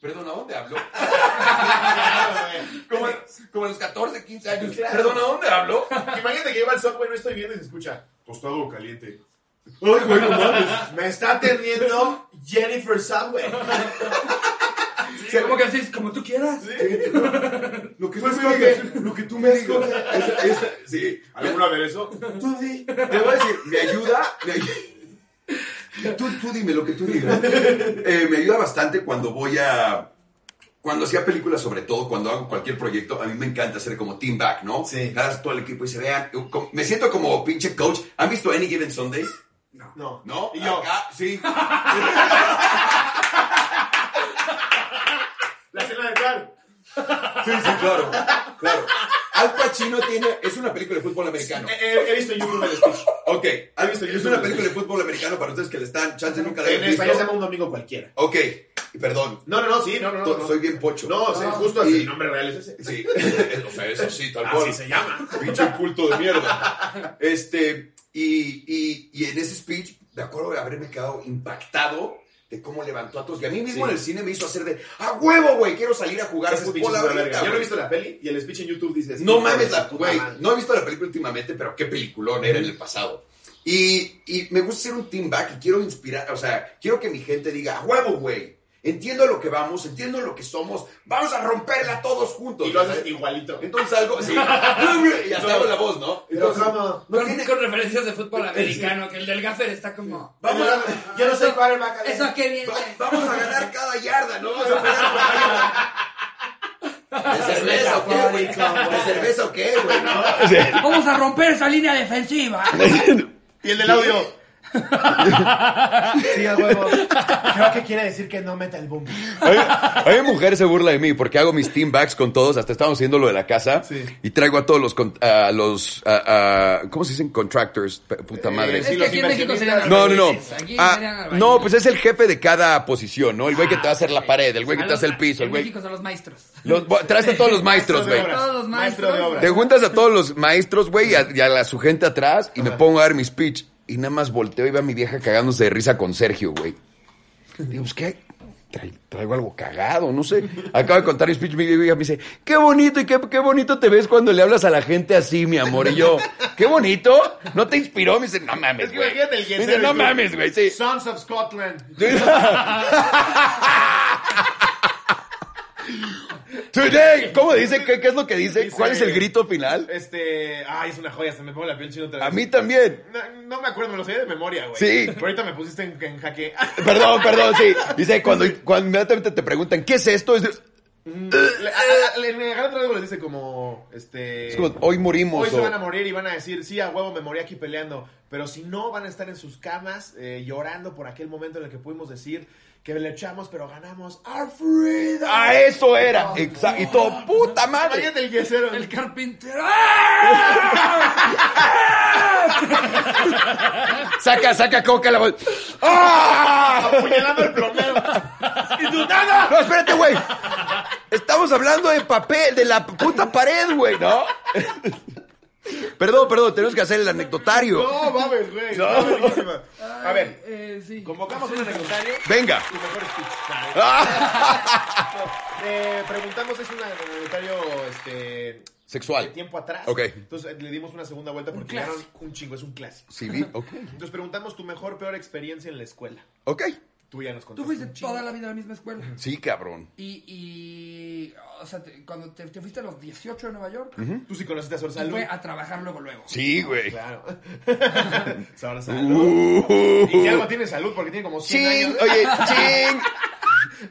perdón, ¿a dónde habló? Claro, güey. Como, como a los 14, 15 años, Claro. perdón, ¿a dónde habló? Imagínate que lleva el software, no estoy viendo y se escucha. Tostado o caliente. Ay, güey, no mames. Me está atendiendo Jennifer Subway. Sí, como que así es como tú quieras. Lo que, Pues, tú, ¿cómo me digas, lo que tú me digas. <laughs> Esa- esa- sí. ¿Alguna vez eso? Tú di, te voy a decir, me ayuda. Me ayu- Tú, tú dime lo que tú digas. Eh, me ayuda bastante cuando voy a. Cuando hacía películas, sobre todo, cuando hago cualquier proyecto, a mí me encanta hacer como team back, ¿no? Sí. Jalas todo el equipo y se vean. yo como- Me siento como pinche coach. ¿Han visto Any Given Sunday? No. ¿No? Y yo, Acá, sí. la cena de tal. Sí, sí, claro. Claro. Al Pacino tiene. Es una película de fútbol americano. He, he- he visto <laughs> en YouTube el speech. Ok. ¿Han visto? Es una película de fútbol americano para ustedes que le están. Chance nunca la En hayan español se visto. llama un domingo cualquiera. Ok. Perdón. No, no, no, sí, no, no, no. To- no. Soy bien pocho. No, sí, No. justo así. Y- El nombre real es ese. Sí, eh, o sea, eso sí, tal cual. Así se llama. Pinche culto de mierda. Este, y, y, y en ese speech, me acuerdo de haberme quedado impactado de cómo levantó a todos. Y a mí mismo en Sí. el cine me hizo hacer de, ¡a huevo, güey! Quiero salir a jugar Ese speech es fútbol una ahorita, verga. Yo no he güey". visto la peli y el speech en YouTube dice. No "Hijo mames, de la- su puta güey. madre". No he visto la película últimamente, pero qué peliculón era en el pasado. Y, y me gusta ser un team back y quiero inspirar, o sea, quiero que mi gente diga, ¡a huevo, güey! Entiendo lo que vamos, entiendo lo que somos, vamos a romperla todos juntos. Y lo haces ¿sabes? igualito. Entonces <laughs> algo, sí, <laughs> y hasta hago la voz, ¿no? Pero Entonces, ¿cómo? no con, tiene- con referencias de fútbol americano, que el del gaffer está como. vamos a... Yo no soy quarterback. Eso a qué viene. Va- Vamos a ganar cada yarda, ¿no? Vamos a ganar <laughs> cada yarda. ¿De cerveza o qué, güey? ¿De cerveza o qué, güey? ¿No? Vamos a romper esa línea defensiva. y el del audio. Sí, a huevo. Creo que quiere decir que no meta el boom. Hay mujer se burla de mí porque hago mis team backs con todos, hasta estábamos haciendo lo de la casa y traigo a todos los con- a los a- a- ¿cómo se dicen? contractors, p- puta madre. es sí, que los aquí en México serían No, inversionistas. no, no. albañiles, Aquí Ah, serían albañiles. no, pues es el jefe de cada posición, ¿no? El güey que te va a hacer Ah, la pared, el güey que A te hace los- el piso, el en güey. México son los maestros. <laughs> Los, bo- traes a todos los maestros, güey. Todos los Maestro maestros. de obra. Te juntas a todos los maestros, güey, y a, y a la, su gente atrás, y me pongo a dar mi speech. Y nada más volteo y veo a mi vieja cagándose de risa con Sergio, güey. Digo, pues, ¿qué? Tra- traigo algo cagado, no sé. Acabo de contar mi speech, mi vieja me dice, qué bonito y qué, qué bonito te ves cuando le hablas a la gente así, mi amor. Y yo, qué bonito, ¿no te inspiró? Me dice, no mames, Es que güey. imagínate el Me dice, Gensel, no güey. mames, güey, sí. Sons of Scotland. <laughs> Today, ¿cómo dice? ¿Qué, qué es lo que dice? Dice- ¿Cuál es el grito final? Este. Ay, es una joya, se me pongo la piel chino otra vez. A mí también. No, no me acuerdo, me lo sé de memoria, güey. Sí. Pero ahorita me pusiste en, en jaque. <laughs> Perdón, perdón, sí. Dice, cuando, cuando inmediatamente te preguntan, ¿qué es esto? Es, Le- a- a- le- le agarra otra vez, les dice como. Este. es como, hoy morimos. Hoy se o- van a morir y van a decir, sí, a huevo, me morí aquí peleando. Pero si no, van a estar en sus camas eh, llorando por aquel momento en el que pudimos decir que le echamos, pero ganamos. ¡Our freedom! ¡Ah, eso era! Exa- y todo, ¡puta madre! Imagínate el guesero. El carpintero. <laughs> ¡Ah! Saca, saca coca la voz. ¡Ah! Apuñalando al plomero. ¡Y tú, nada! No, espérate, güey. Estamos hablando de papel, de la puta pared, güey, ¿no? <laughs> Perdón, perdón, tenemos que hacer el anecdotario. No, mames, <laughs> güey. está buenísima. A ver, Eh, sí. convocamos un anecdotario. <laughs> Venga. Tu mejor speech. Ah, Eh, preguntamos, es un anecdotario, este... De Sexual. tiempo atrás. Ok. Entonces eh, le dimos una segunda vuelta porque clásico. llegaron un chingo, es un clásico. Sí, vi- ok. Entonces preguntamos tu mejor, peor experiencia en la escuela. Ok. Tú ya nos Tú contaste. fuiste un chingo. toda la vida a la misma escuela. Sí, cabrón. Y, y o sea, te- cuando te, te fuiste a los 18 de Nueva York, ¿Mm? Tú sí conociste a Sor y Salud. fue a trabajar luego, luego. Sí, güey. <laughs> Claro. Sor Salud. Y que Uh. algo tiene salud porque tiene como 100 ¡Ching! años. Oye, ¡ching!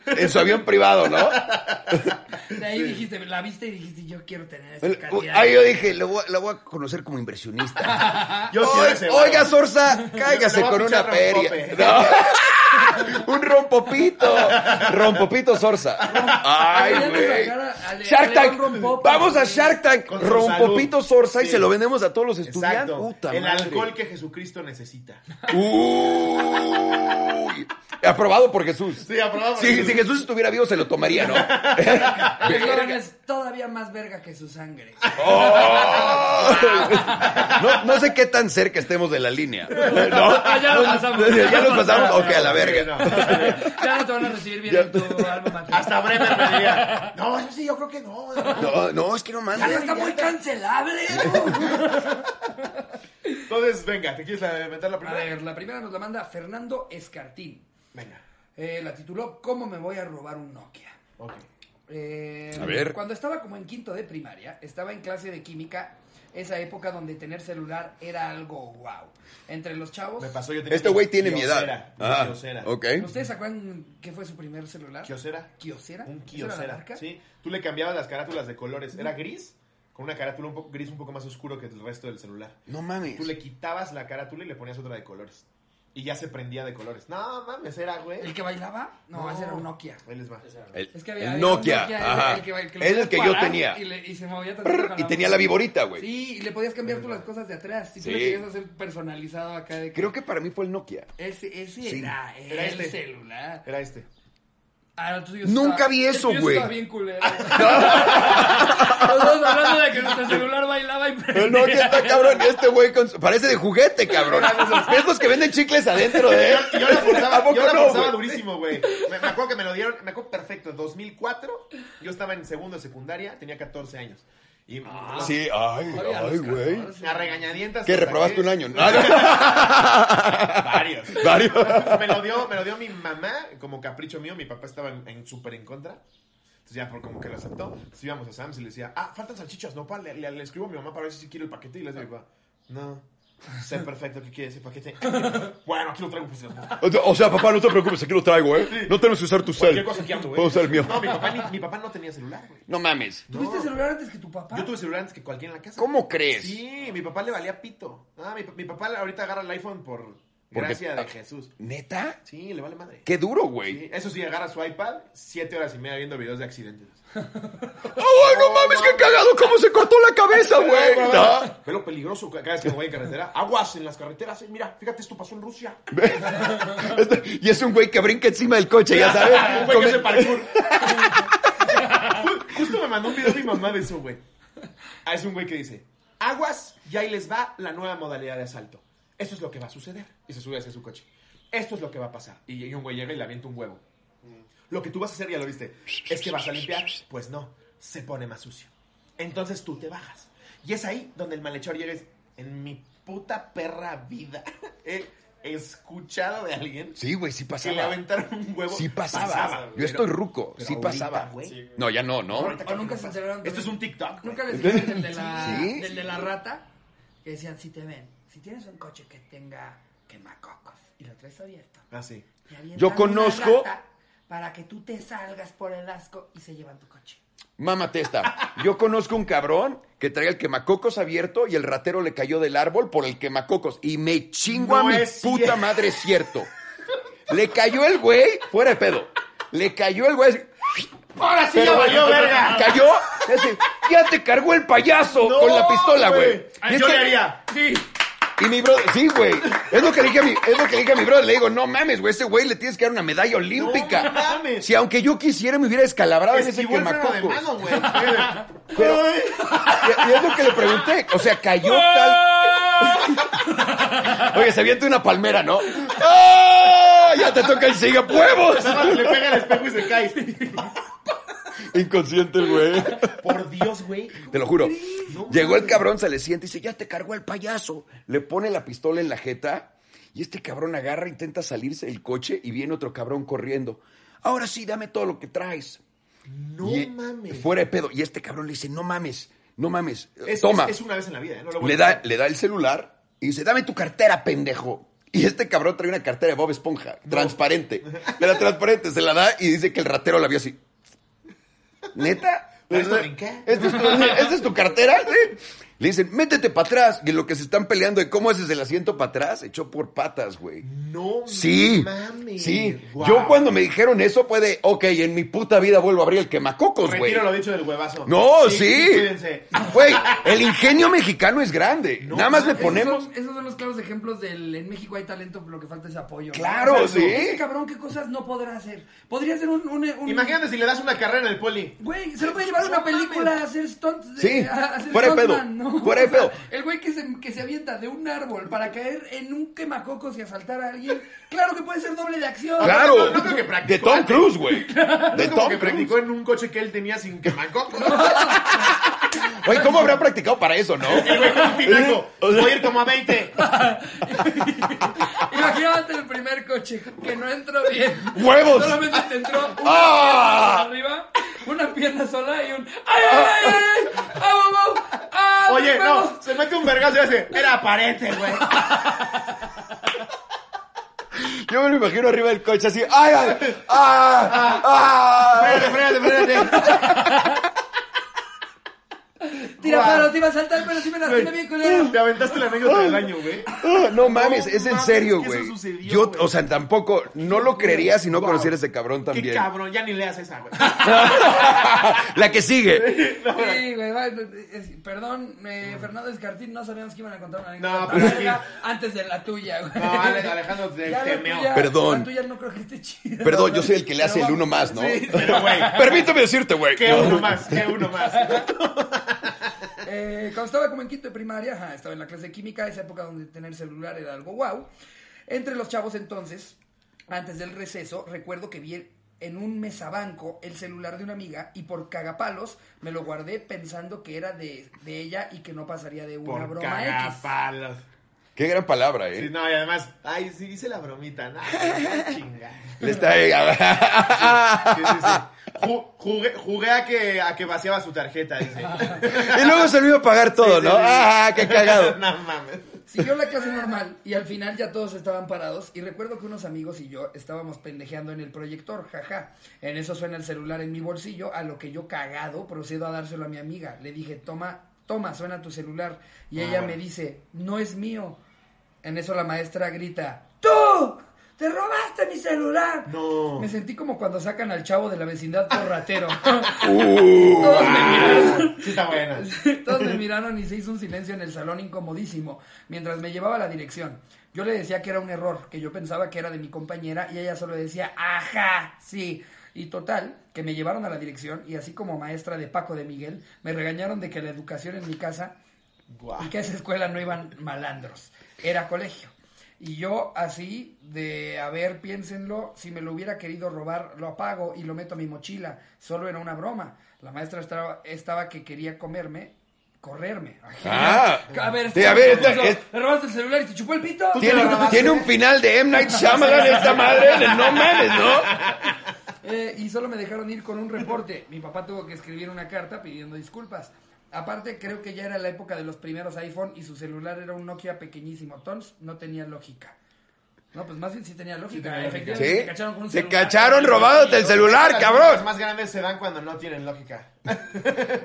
En su avión privado, ¿no? De ahí dijiste, la viste y dijiste, yo quiero tener esa Uy, calidad. Ahí yo dije, la voy, a- la voy a conocer como <laughs> inversionista. Yo sí Oy- era ese, Oiga, güey. Sorsa, cáigase Le voy a con pinchar una feria. rompope. No. <laughs> Un rompopito. Rompopito Sorsa. Ay, Deberían de güey. sacar a- a- a Shark León Tank. Rompope, Vamos a güey. Shark Tank. Con su Rompopito salud. Sorsa y Sí. se lo vendemos a todos los estudiantes. Exacto. Puta el madre. alcohol que Jesucristo necesita. Uy. Aprobado por Jesús. Sí, aprobado. Si, si Jesús estuviera vivo, se lo tomaría, ¿no? El eslogan es todavía más verga que su <laughs> sangre. Oh. No, no sé qué tan cerca estemos de la línea. ¿No? ya nos pasamos. <laughs> Ya nos pasamos. Ok, a la verga. Ya no te van a recibir bien en tu alma mater. Hasta Bremer me diría. No, eso sí, yo creo que no. No, no, es que no Ya Ah, no mames. está muy cancelable. ¿eh? <laughs> Entonces, venga, ¿te quieres la- inventar la A primera? ver, la primera nos la manda Fernando Escartín. Venga. Eh, la tituló ¿Cómo me voy a robar un Nokia? Ok. Eh, A ver. Cuando estaba como en quinto de primaria, estaba en clase de química, esa época donde tener celular era algo wow. Entre los chavos. Me pasó, yo tenía Este güey tiene mi edad. kiosera, Ah, kiosera. ok. ¿Ustedes se acuerdan qué fue su primer celular? Kiosera. ¿Kiosera? Un ¿Esa era la kiosera, marca? sí. Tú le cambiabas las carátulas de colores. Era gris, con una carátula un poco gris un poco más oscuro que el resto del celular. No mames. Tú le quitabas la carátula y le ponías otra de colores. Y ya se prendía de colores. No mames, era ¿El güey. que bailaba? No, No. ese era un Nokia. Ahí les va. El, Es que el había, había un Nokia. era ajá. el que bail- que lo es el podías que yo parar tenía. Y, le- y se movía tantito Prr, con Y la tenía voz. la viborita, güey. Sí, y le podías cambiar tú las cosas de atrás. Si tú Sí. le querías hacer personalizado acá de Creo que para mí fue el Nokia. Ese, ese Sí. era, Era el este. celular. Era este. Ah, el tuyo Nunca estaba- vi el eso, tuyo güey. estaba bien <laughs> culero. Estamos hablando de que nuestro celular bailaba y El Nokia está cabrón. y Este güey con su- parece de juguete, cabrón. Es los que venden chicles adentro de él. Yo la <laughs> ¿A forzaba, poco yo la no, forzaba güey? durísimo, güey. Me, me acuerdo que me lo dieron, me acuerdo perfecto, 2004. Yo estaba en segundo de secundaria, tenía 14 años. Y Sí, ay, Oye, a los ay, güey. cazadores, a regañadientas. Que lo reprobaste saqué. un año. <laughs> Ah, Varios. no, <laughs> Varios. me, lo dio, me lo dio mi mamá como capricho mío. Mi papá estaba en, en súper en contra. Entonces ya por como que lo aceptó. Entonces íbamos a Sam's y le decía, ah, faltan salchichas, no, pa, le, le- le escribo a mi mamá para ver si quiere el paquete. Y le decía, Ah. mi papá, no, sé perfecto que quiere <laughs> ese paquete. bueno, aquí lo traigo. Pues, O sea- O sea, papá, no te preocupes, aquí lo traigo, ¿eh? No tenemos que usar tu cualquier cel. cosa que ando, ¿eh? Puedo usar el mío. No, mi papá, ni- mi papá no tenía celular, güey. No mames. ¿Tuviste celular antes que tu papá? Yo tuve celular antes que cualquiera en la ¿Ah? casa. ¿Cómo crees? Sí, mi papá le valía pito. Ah, mi, pa- mi papá ahorita agarra el iPhone por Porque- gracia de Jesús. ¿Neta? Sí, le vale madre. Qué duro, güey. Sí, Eso sí, agarra su iPad, siete horas y media viendo videos de accidentes. ¡Ay, Ah, no mames, qué cagado! ¿Cómo se cortó la cabeza, güey? No. Ve lo peligroso que- cada vez que me voy en carretera. Aguas en las carreteras. eh, Mira, fíjate, esto pasó en Rusia. Este- y es un güey que brinca encima del coche, ya sabes. <laughs> Un güey que Con- hace parkour. Ju- <laughs> Justo me mandó un video mi mamá de eso, güey. Ah, es un güey que dice, aguas y ahí les va la nueva modalidad de asalto. Esto es lo que va a suceder. Y se sube hacia su coche. Esto es lo que va a pasar. Y, y un güey llega y le avienta un huevo. Lo que tú vas a hacer, ya lo viste, es que vas a limpiar. Pues no, se pone más sucio. Entonces tú te bajas. Y es ahí donde el malhechor llega y dice, en mi puta perra vida. <laughs> He escuchado de alguien Sí, güey, sí que le pasaba. aventaron un huevo. Sí pasaba. Yo pero- estoy ruco, pero sí ahorita, pasaba. güey. No, ya no, ¿no? Ahorita ¿O que nunca me se pasa. enteraron? Esto es un TikTok. güey. Nunca <laughs> les dijeron del de la, ¿Sí? del de la rata que decían, si te ven, si tienes un coche que tenga quemacocos y lo traes abierto. Ah, sí. y avientan Yo una conozco- rata Para que tú te salgas por el asco y se llevan tu coche. Mámate esta. Yo conozco un cabrón que traía el quemacocos abierto y el ratero le cayó del árbol por el quemacocos. Y me chingo a No mi es puta cierto. madre, es cierto. Le cayó el güey, fuera de pedo. Le cayó el güey. así, ¡Ahora sí pero- ya valió verga! Cayó. así, ya te cargó el payaso No, con la pistola, güey. güey. Y es Ay, Ah, Yo que- le haría. Sí. Y mi brother, sí, güey. Es lo que le dije a mi, es lo que le dije a mi brother. Le digo, no mames, güey, ese güey le tienes que dar una medalla olímpica. No mames. Si aunque yo quisiera me hubiera descalabrado en ah, ese Esquivó el freno de quemacocos. mano, güey. Pero, y, y es lo que le pregunté. O sea, cayó tal. Oye, se avienta una palmera, ¿no? ¡Ah! Ya te toca el siga huevos. Nada más Le pega al espejo y se cae. Inconsciente el güey. Por Dios, güey. Te lo juro. No Llegó el mames. cabrón, se le siente y dice, ya te cargó el payaso. Le pone la pistola en la jeta y este cabrón agarra, intenta salirse del coche y viene otro cabrón corriendo. Ahora sí, dame todo lo que traes. No Y- mames. Fuera de pedo. Y este cabrón le dice, no mames, no mames. Es, Toma. Es, es una vez en la vida, ¿eh? No lo voy le, a da, le da el celular y dice, dame tu cartera, pendejo. Y este cabrón trae una cartera de Bob Esponja, transparente. Era transparente, se la da y dice que el ratero la vio así. ¿Neta? ¿Pero esto brinqué? ¿Esta es, tu, esta es tu cartera? Sí. Le dicen, métete para atrás. Y en lo que se están peleando de cómo haces el asiento para atrás, echó por patas, güey. No Sí, mames. sí. Guau. Yo cuando me dijeron eso fue de, ok, en mi puta vida vuelvo a abrir el quemacocos, güey. Retiro lo dicho del huevazo. No, sí. Cuídense. Güey, el ingenio mexicano es grande. No, Nada más le mames, ponemos. Esos son, esos son los claros ejemplos del en México hay talento, pero lo que falta es apoyo. ¿no? Claro, O sea, sí. Ese cabrón, ¿qué cosas no podrá hacer? Podría ser un... un, un- Imagínate si le das una carrera en el poli. Güey, se lo puede llevar a una película a hacer stunts. de- Sí, a hacer fuera de pedo, stuntman, fuera de O sea, pedo. el güey que se, que se avienta de un árbol para caer en un quemacocos y asaltar a alguien. Claro que puede ser doble de acción. Claro, No, no creo que practicó de Tom antes. Cruise, güey. <laughs> De Es como Tom que Cruise. practicó en un coche que él tenía sin que manco. Oye, ¿cómo habrá practicado para eso, no? El <laughs> güey con un pinaco. Voy a ir como a 20. Imagínate el primer coche que no entró bien. ¡Huevos! Solamente te entró una pierna ¡Ah! sola arriba, una pierna sola y un. ¡Ay, ay, ay! ay! ¡Au, au, au! ¡Ah, Oye, nos vemos! no, se mete un vergazo y hace, era parente, güey. Yo me lo imagino arriba del coche así. ¡Ay, ay! ¡Ah! ¡Ah! <laughs> Espérate, espérate, espérate. Tira Guau. paro, te iba a saltar, pero sí me la lastimé bien <laughs> culero. Te aventaste la anécdota del año, güey. Ah, No mames, es en mames, serio, que eso güey. sucedió, Yo, güey. o sea, tampoco, no lo creería si no Wow. conociera a ese cabrón Qué también. Ah, cabrón, ya ni leas esa, güey. La que sigue. Sí, güey, va, es- perdón, eh, Fernando Escartín, no sabíamos que iban a contar una anécdota No, pero larga sí. antes de la tuya, güey. No, Ale- Alejandro, te- Ya la te meo. tuya- Perdón. La tuya no creo que esté chida. Perdón, yo soy el que le hace Pero el uno vamos. más, ¿no? Sí, pero güey. Permíteme decirte, güey. Que No. uno más, que uno más. Eh, cuando estaba como en quinto de primaria, ajá, estaba en la clase de química, esa época donde tener celular era algo guau. Entre los chavos entonces, antes del receso, recuerdo que vi el- en un mesabanco el celular de una amiga y por cagapalos me lo guardé pensando que era de, de ella y que no pasaría de una Por broma X. cagapalos. Qué gran palabra, ¿eh? Sí, no, y además, ay, sí, hice la bromita, <laughs> no, chinga. Le eh, está... Sí, sí, sí. Ju- jugué, jugué a que, a que vaciaba su tarjeta, dice. y luego se lo iba a pagar todo, ¿no? Sí, sí, sí. ¡Ah, qué cagado! <laughs> no mames. Siguió la clase normal y al final ya todos estaban parados y recuerdo que unos amigos y yo estábamos pendejeando en el proyector, jaja. En eso suena el celular en mi bolsillo, a lo que yo cagado procedo a dárselo a mi amiga. Le dije, toma, toma, suena tu celular. Y ella me dice, no es mío. En eso la maestra grita, ¡Tú! ¡Te robaste mi celular! No. Me sentí como cuando sacan al chavo de la vecindad por ratero. Uh, Todos me miraron. Sí está buena. Todos me miraron y se hizo un silencio en el salón incomodísimo mientras me llevaba a la dirección. Yo le decía que era un error, que yo pensaba que era de mi compañera y ella solo decía, ajá, sí. Y total, que me llevaron a la dirección y así como maestra de Paco de Miguel, me regañaron de que la educación en mi casa y que a esa escuela no iban malandros, era colegio. Y yo así, de, a ver, piénsenlo, si me lo hubiera querido robar, lo apago y lo meto a mi mochila. Solo era una broma. La maestra estaba, estaba que quería comerme, correrme. Ah. a ver, Sí, a ver, espera, esta- puso, es- ¿me robaste el celular y te chupó el pito? tiene, tiene un final de M. Night Shyamalan esta madre de no mames, ¿no? Eh, y solo me dejaron ir con un reporte. Mi papá tuvo que escribir una carta pidiendo disculpas. Aparte, creo que ya era la época de los primeros iPhone y su celular era un Nokia pequeñísimo. Entonces, no tenía lógica. No, pues más bien sí tenía lógica. Efectivamente, ¿Sí? te cacharon con un Se celular. cacharon robándote el celular, Las cabrón. cosas más grandes se dan cuando no tienen lógica.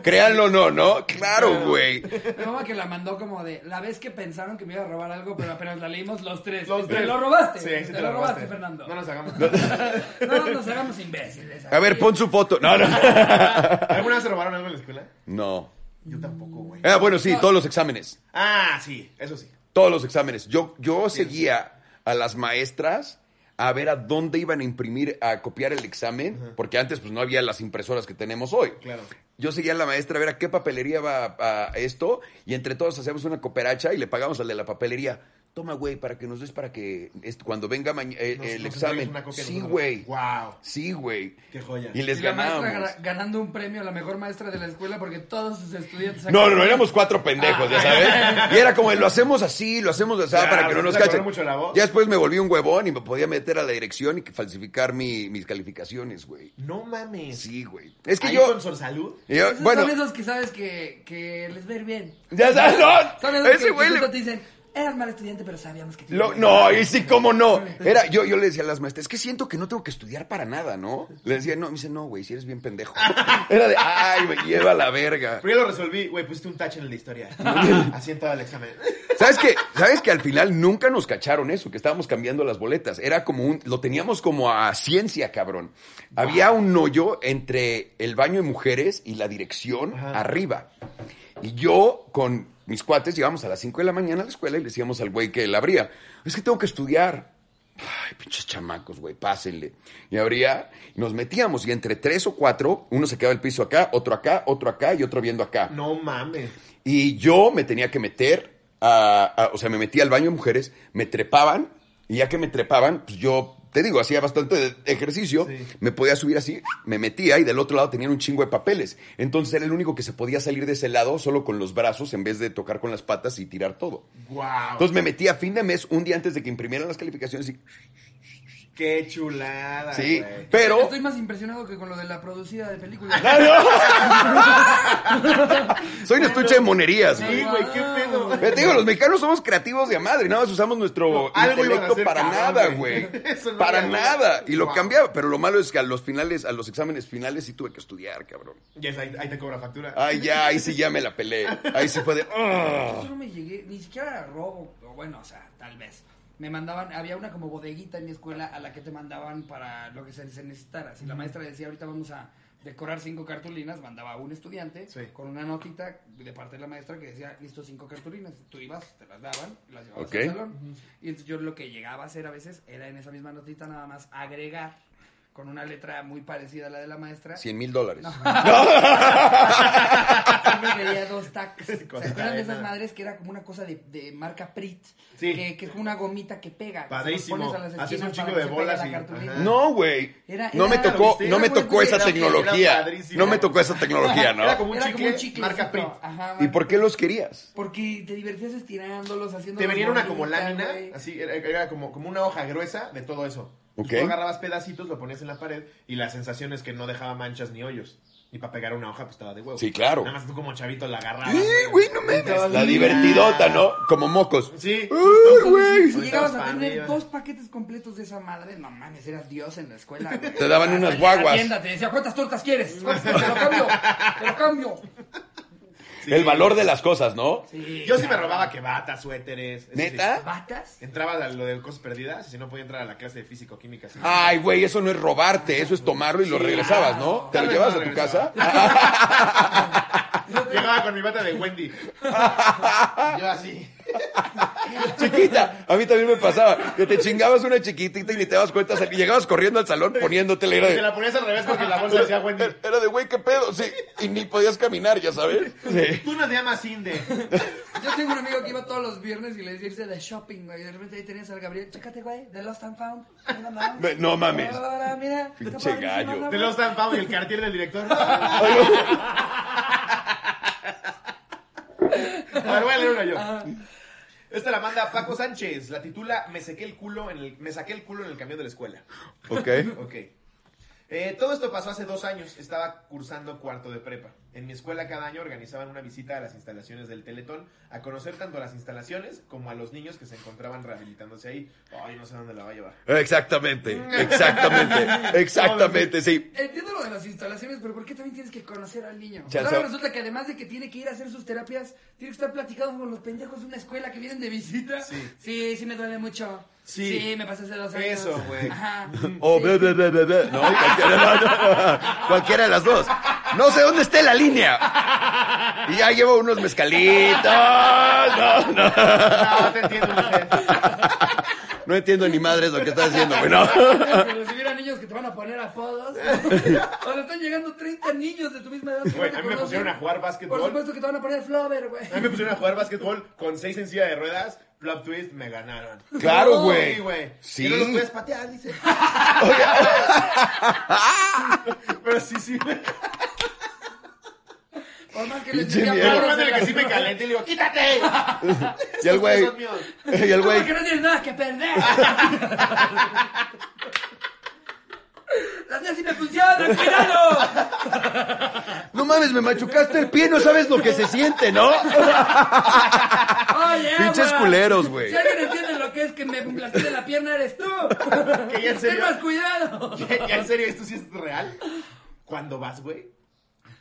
Créanlo o no, ¿no? Claro, güey. Mi mamá que la mandó como de la vez que pensaron que me iba a robar algo, pero apenas la leímos los tres. Los te tres. lo robaste. Sí, sí te, lo robaste, Fernando. No nos hagamos. <laughs> No nos hagamos imbéciles. A ver, pues, aquí. pon su foto. No, no. <laughs> ¿Alguna vez se robaron algo en la escuela? No. Yo tampoco, güey. Ah, bueno, sí, todos los exámenes. Ah, sí, eso sí. Todos los exámenes. Yo, yo seguía a las maestras a ver a dónde iban a imprimir, a copiar el examen, porque antes pues no había las impresoras que tenemos hoy. Claro. Yo seguía a la maestra a ver a qué papelería va a, a esto y entre todos hacíamos una cooperacha y le pagamos al de la papelería. Toma, güey, para que nos des para que est- cuando venga maña- eh, Nos- el nos entregues examen. una copia Sí, nosotros. güey. Wow. Sí, güey. Qué joya. Y les Y la maestra ganábamos. gana- ganando un premio a la mejor maestra de la escuela porque todos sus estudiantes. No, no, no, éramos cuatro pendejos, <laughs> ya sabes. Y era como, lo hacemos así, lo hacemos así, Ya, para que no se nos te cachen. acordó mucho la voz. Ya después me volví un huevón y me podía meter a la dirección y que falsificar mi- mis calificaciones, güey. No mames. Sí, güey. Es que Ahí yo, con Sorsalud. yo- Esos bueno, Son esos que sabes que, que les va a ir bien. ya sabes, Son no, esos ese que güey güey le- te dicen, eras mal estudiante, pero sabíamos que te lo- iba bien". no, y sí, cómo <laughs> no. Era, yo, yo le decía a las maestras, es que siento que no tengo que estudiar para nada, ¿no? Le decía, no, me dice, no, güey, si eres bien <laughs> pendejo. Era de, ay, me lleva la verga. Pero ya lo resolví, güey, pusiste un tache en <laughs> la historia. Así en todo el examen. ¿Sabes qué? ¿Sabes que al final nunca nos cacharon eso? Que estábamos cambiando las boletas. Era como un. Lo teníamos como a ciencia, cabrón. Había un hoyo entre el baño de mujeres y la dirección Ajá. arriba. Y yo con mis cuates llegábamos a las 5 de la mañana a la escuela y le decíamos al güey que la abría. Es que tengo que estudiar. Ay, pinches chamacos, güey, pásenle. Y abría, y nos metíamos, y entre tres o cuatro, uno se quedaba el piso acá, otro acá, otro acá y otro viendo acá. No mames. Y yo me tenía que meter, a, a- o sea, me metía al baño de mujeres, me trepaban, y ya que me trepaban, pues yo, te digo, hacía bastante de- ejercicio, Sí. me podía subir así, me metía y del otro lado tenían un chingo de papeles. Entonces era el único que se podía salir de ese lado solo con los brazos en vez de tocar con las patas y tirar todo. Wow. Entonces me metía a fin de mes, un día antes de que imprimieran las calificaciones, y, Qué chulada. sí, güey. pero... Estoy más impresionado que con lo de la producida de películas. Ah, Soy un estuche de monerías, güey. Sí, güey, qué pedo. Pero te digo, los mexicanos somos creativos de a madre, nada más usamos nuestro No, algo iban a intelecto hacer, para cabrón, nada, güey. güey. <laughs> Eso no para había nada. duda. Y lo Wow. cambiaba, pero lo malo es que a los finales, a los exámenes finales sí tuve que estudiar, cabrón. Yes, ahí, ahí te cobra factura. Ay, ya, ahí sí ya me la peleé. Ahí sí fue de. Yo "Ugh". no me llegué, ni siquiera era robo, o bueno, o sea, tal vez. Me mandaban, había una como bodeguita en mi escuela a la que te mandaban para lo que se, se necesitara. Si la maestra decía, ahorita vamos a decorar cinco cartulinas, mandaba a un estudiante Sí. con una notita de parte de la maestra que decía, listo, cinco cartulinas. Tú ibas, te las daban, y las llevabas Ok. al salón. Y entonces yo lo que llegaba a hacer a veces era en esa misma notita nada más agregar con una letra muy parecida a la de la maestra. 100 mil dólares. pues. <laughs> Yo me veía dos tacs. ¿Se acuerdan de esas cadena. madres que era como una cosa de, de marca Prit? Sí. Que, que es como una gomita que pega. que Padrísimo. se los pones a las Haces un esquinas chingo para que de se bolas pegue la y- cartulina. ajá. No, güey. Era- No me era- tocó, ¿viste? no me Era muy tocó esa buena, era tecnología. padrísimo. No me tocó esa tecnología, <laughs> Era ¿no? como un Era como chicle, un chicle. marca Print. Ajá. ¿Y por qué los querías? Porque te divertías estirándolos, haciendo. Te venía una como lámina, así, era, era como, como una hoja gruesa de todo eso. Entonces, Ok. Tú agarrabas pedacitos, lo ponías en la pared y la sensación es que no dejaba manchas ni hoyos. Y para pegar una hoja, pues estaba de huevo. Sí, claro. Nada más tú como chavito la agarrabas. ¡Eh, güey, no me Estabas La Ah, bien. divertidota, ¿no? Como mocos. Sí. ¡Uy, Güey, güey! si llegabas a Estabas tener pan, dos paquetes completos de esa madre, no mames, eras Dios en la escuela. güey. Te daban unas guaguas. La tienda te decía, ¿cuántas tortas quieres? ¿Cuántas? Te lo cambio, te lo cambio. Sí. El valor de las cosas, ¿no? Sí, Yo <laughs> sí me robaba que batas, suéteres. eso sí. ¿Neta? ¿Batas? Entraba a lo de cosas perdidas y si no podía entrar a la clase de físico-química. sí. Ay, güey, eso no es robarte, eso es tomarlo y lo regresabas, claro. ¿no? ¿Te lo ah, Tal vez llevas no a tu casa? regresaba. <laughs> Llegaba con mi bata <laughs> de Wendy. Yo así. Ah, Chiquita, a mí también me pasaba que te chingabas una chiquitita y ni te das cuenta, sal- y llegabas corriendo al salón poniéndotela. y Era Y te de, "Er, la ponías al revés porque la bolsa decía Wendy. era de, güey, qué pedo, sí, y ni podías caminar, ya sabes. Sí. Tú no te llamas Inde. Yo tengo un amigo que iba todos los viernes y le decía irse de shopping, güey. Y de repente ahí tenías al Gabriel, chécate, güey, de Lost and Found. Mira, no, Me- no mames. Ahora, mira. está Pinche padrísimo, gallo. ¿no? De los Dan y el cartier del director. A ver, voy a leer una yo. Esta la manda Paco Sánchez. La titula Me saqué el culo en el, me saqué el culo en el camión de la escuela. Ok. Ok. Eh, todo esto pasó hace dos años. Estaba cursando cuarto de prepa. En mi escuela cada año organizaban una visita a las instalaciones del Teletón a conocer tanto las instalaciones como a los niños que se encontraban rehabilitándose ahí. Ay, no sé dónde la va a llevar. Exactamente, exactamente, exactamente, sí. Entiendo lo de las instalaciones, pero ¿por qué también tienes que conocer al niño? Chance. Ahora resulta que además de que tiene que ir a hacer sus terapias, tiene que estar platicando con los pendejos de una escuela que vienen de visita. Sí. sí, sí me duele mucho. Sí. me pasé hace dos años. Eso, güey. <laughs> Ajá. O Sí. bla, bla, bla, bla, bla. No, cualquiera, <laughs> no, no, no. Cualquiera de las dos. No sé dónde esté la línea. Y ya llevo unos mezcalitos. No, no. No, te entiendo, mujer. No entiendo ni madres lo que estás diciendo, güey. No. Pero si hubiera niños que te van a poner apodos. <laughs> Ahora están llegando 30 niños de tu misma edad. que no Güey, te a mí me conocen. pusieron a jugar Por básquetbol. supuesto que te van a poner Flover, <laughs> güey. A mí me pusieron a jugar básquetbol con seis en silla de ruedas. Flop twist, me ganaron. Claro, Sí, güey. güey. Sí. Que no los puedes <laughs> patear, dice. Pero sí, sí. Me Por más que les Pinche diga mierda. Flover, acuerdo de que sí me güey. calenté y le digo, ¡quítate! Y el güey. Son míos. Y el güey. Porque no tienes nada que perder. Las mías sí me funcionan, cuidado. No mames, me machucaste el pie, no sabes lo que se siente, ¿no? Oye, Pinches agua. culeros, güey. Si alguien entiende lo que es que me lastimen la pierna, eres tú. Que ya en Ten serio. más cuidado. <laughs> Ya, ya en serio, esto sí es real. Cuando vas, güey,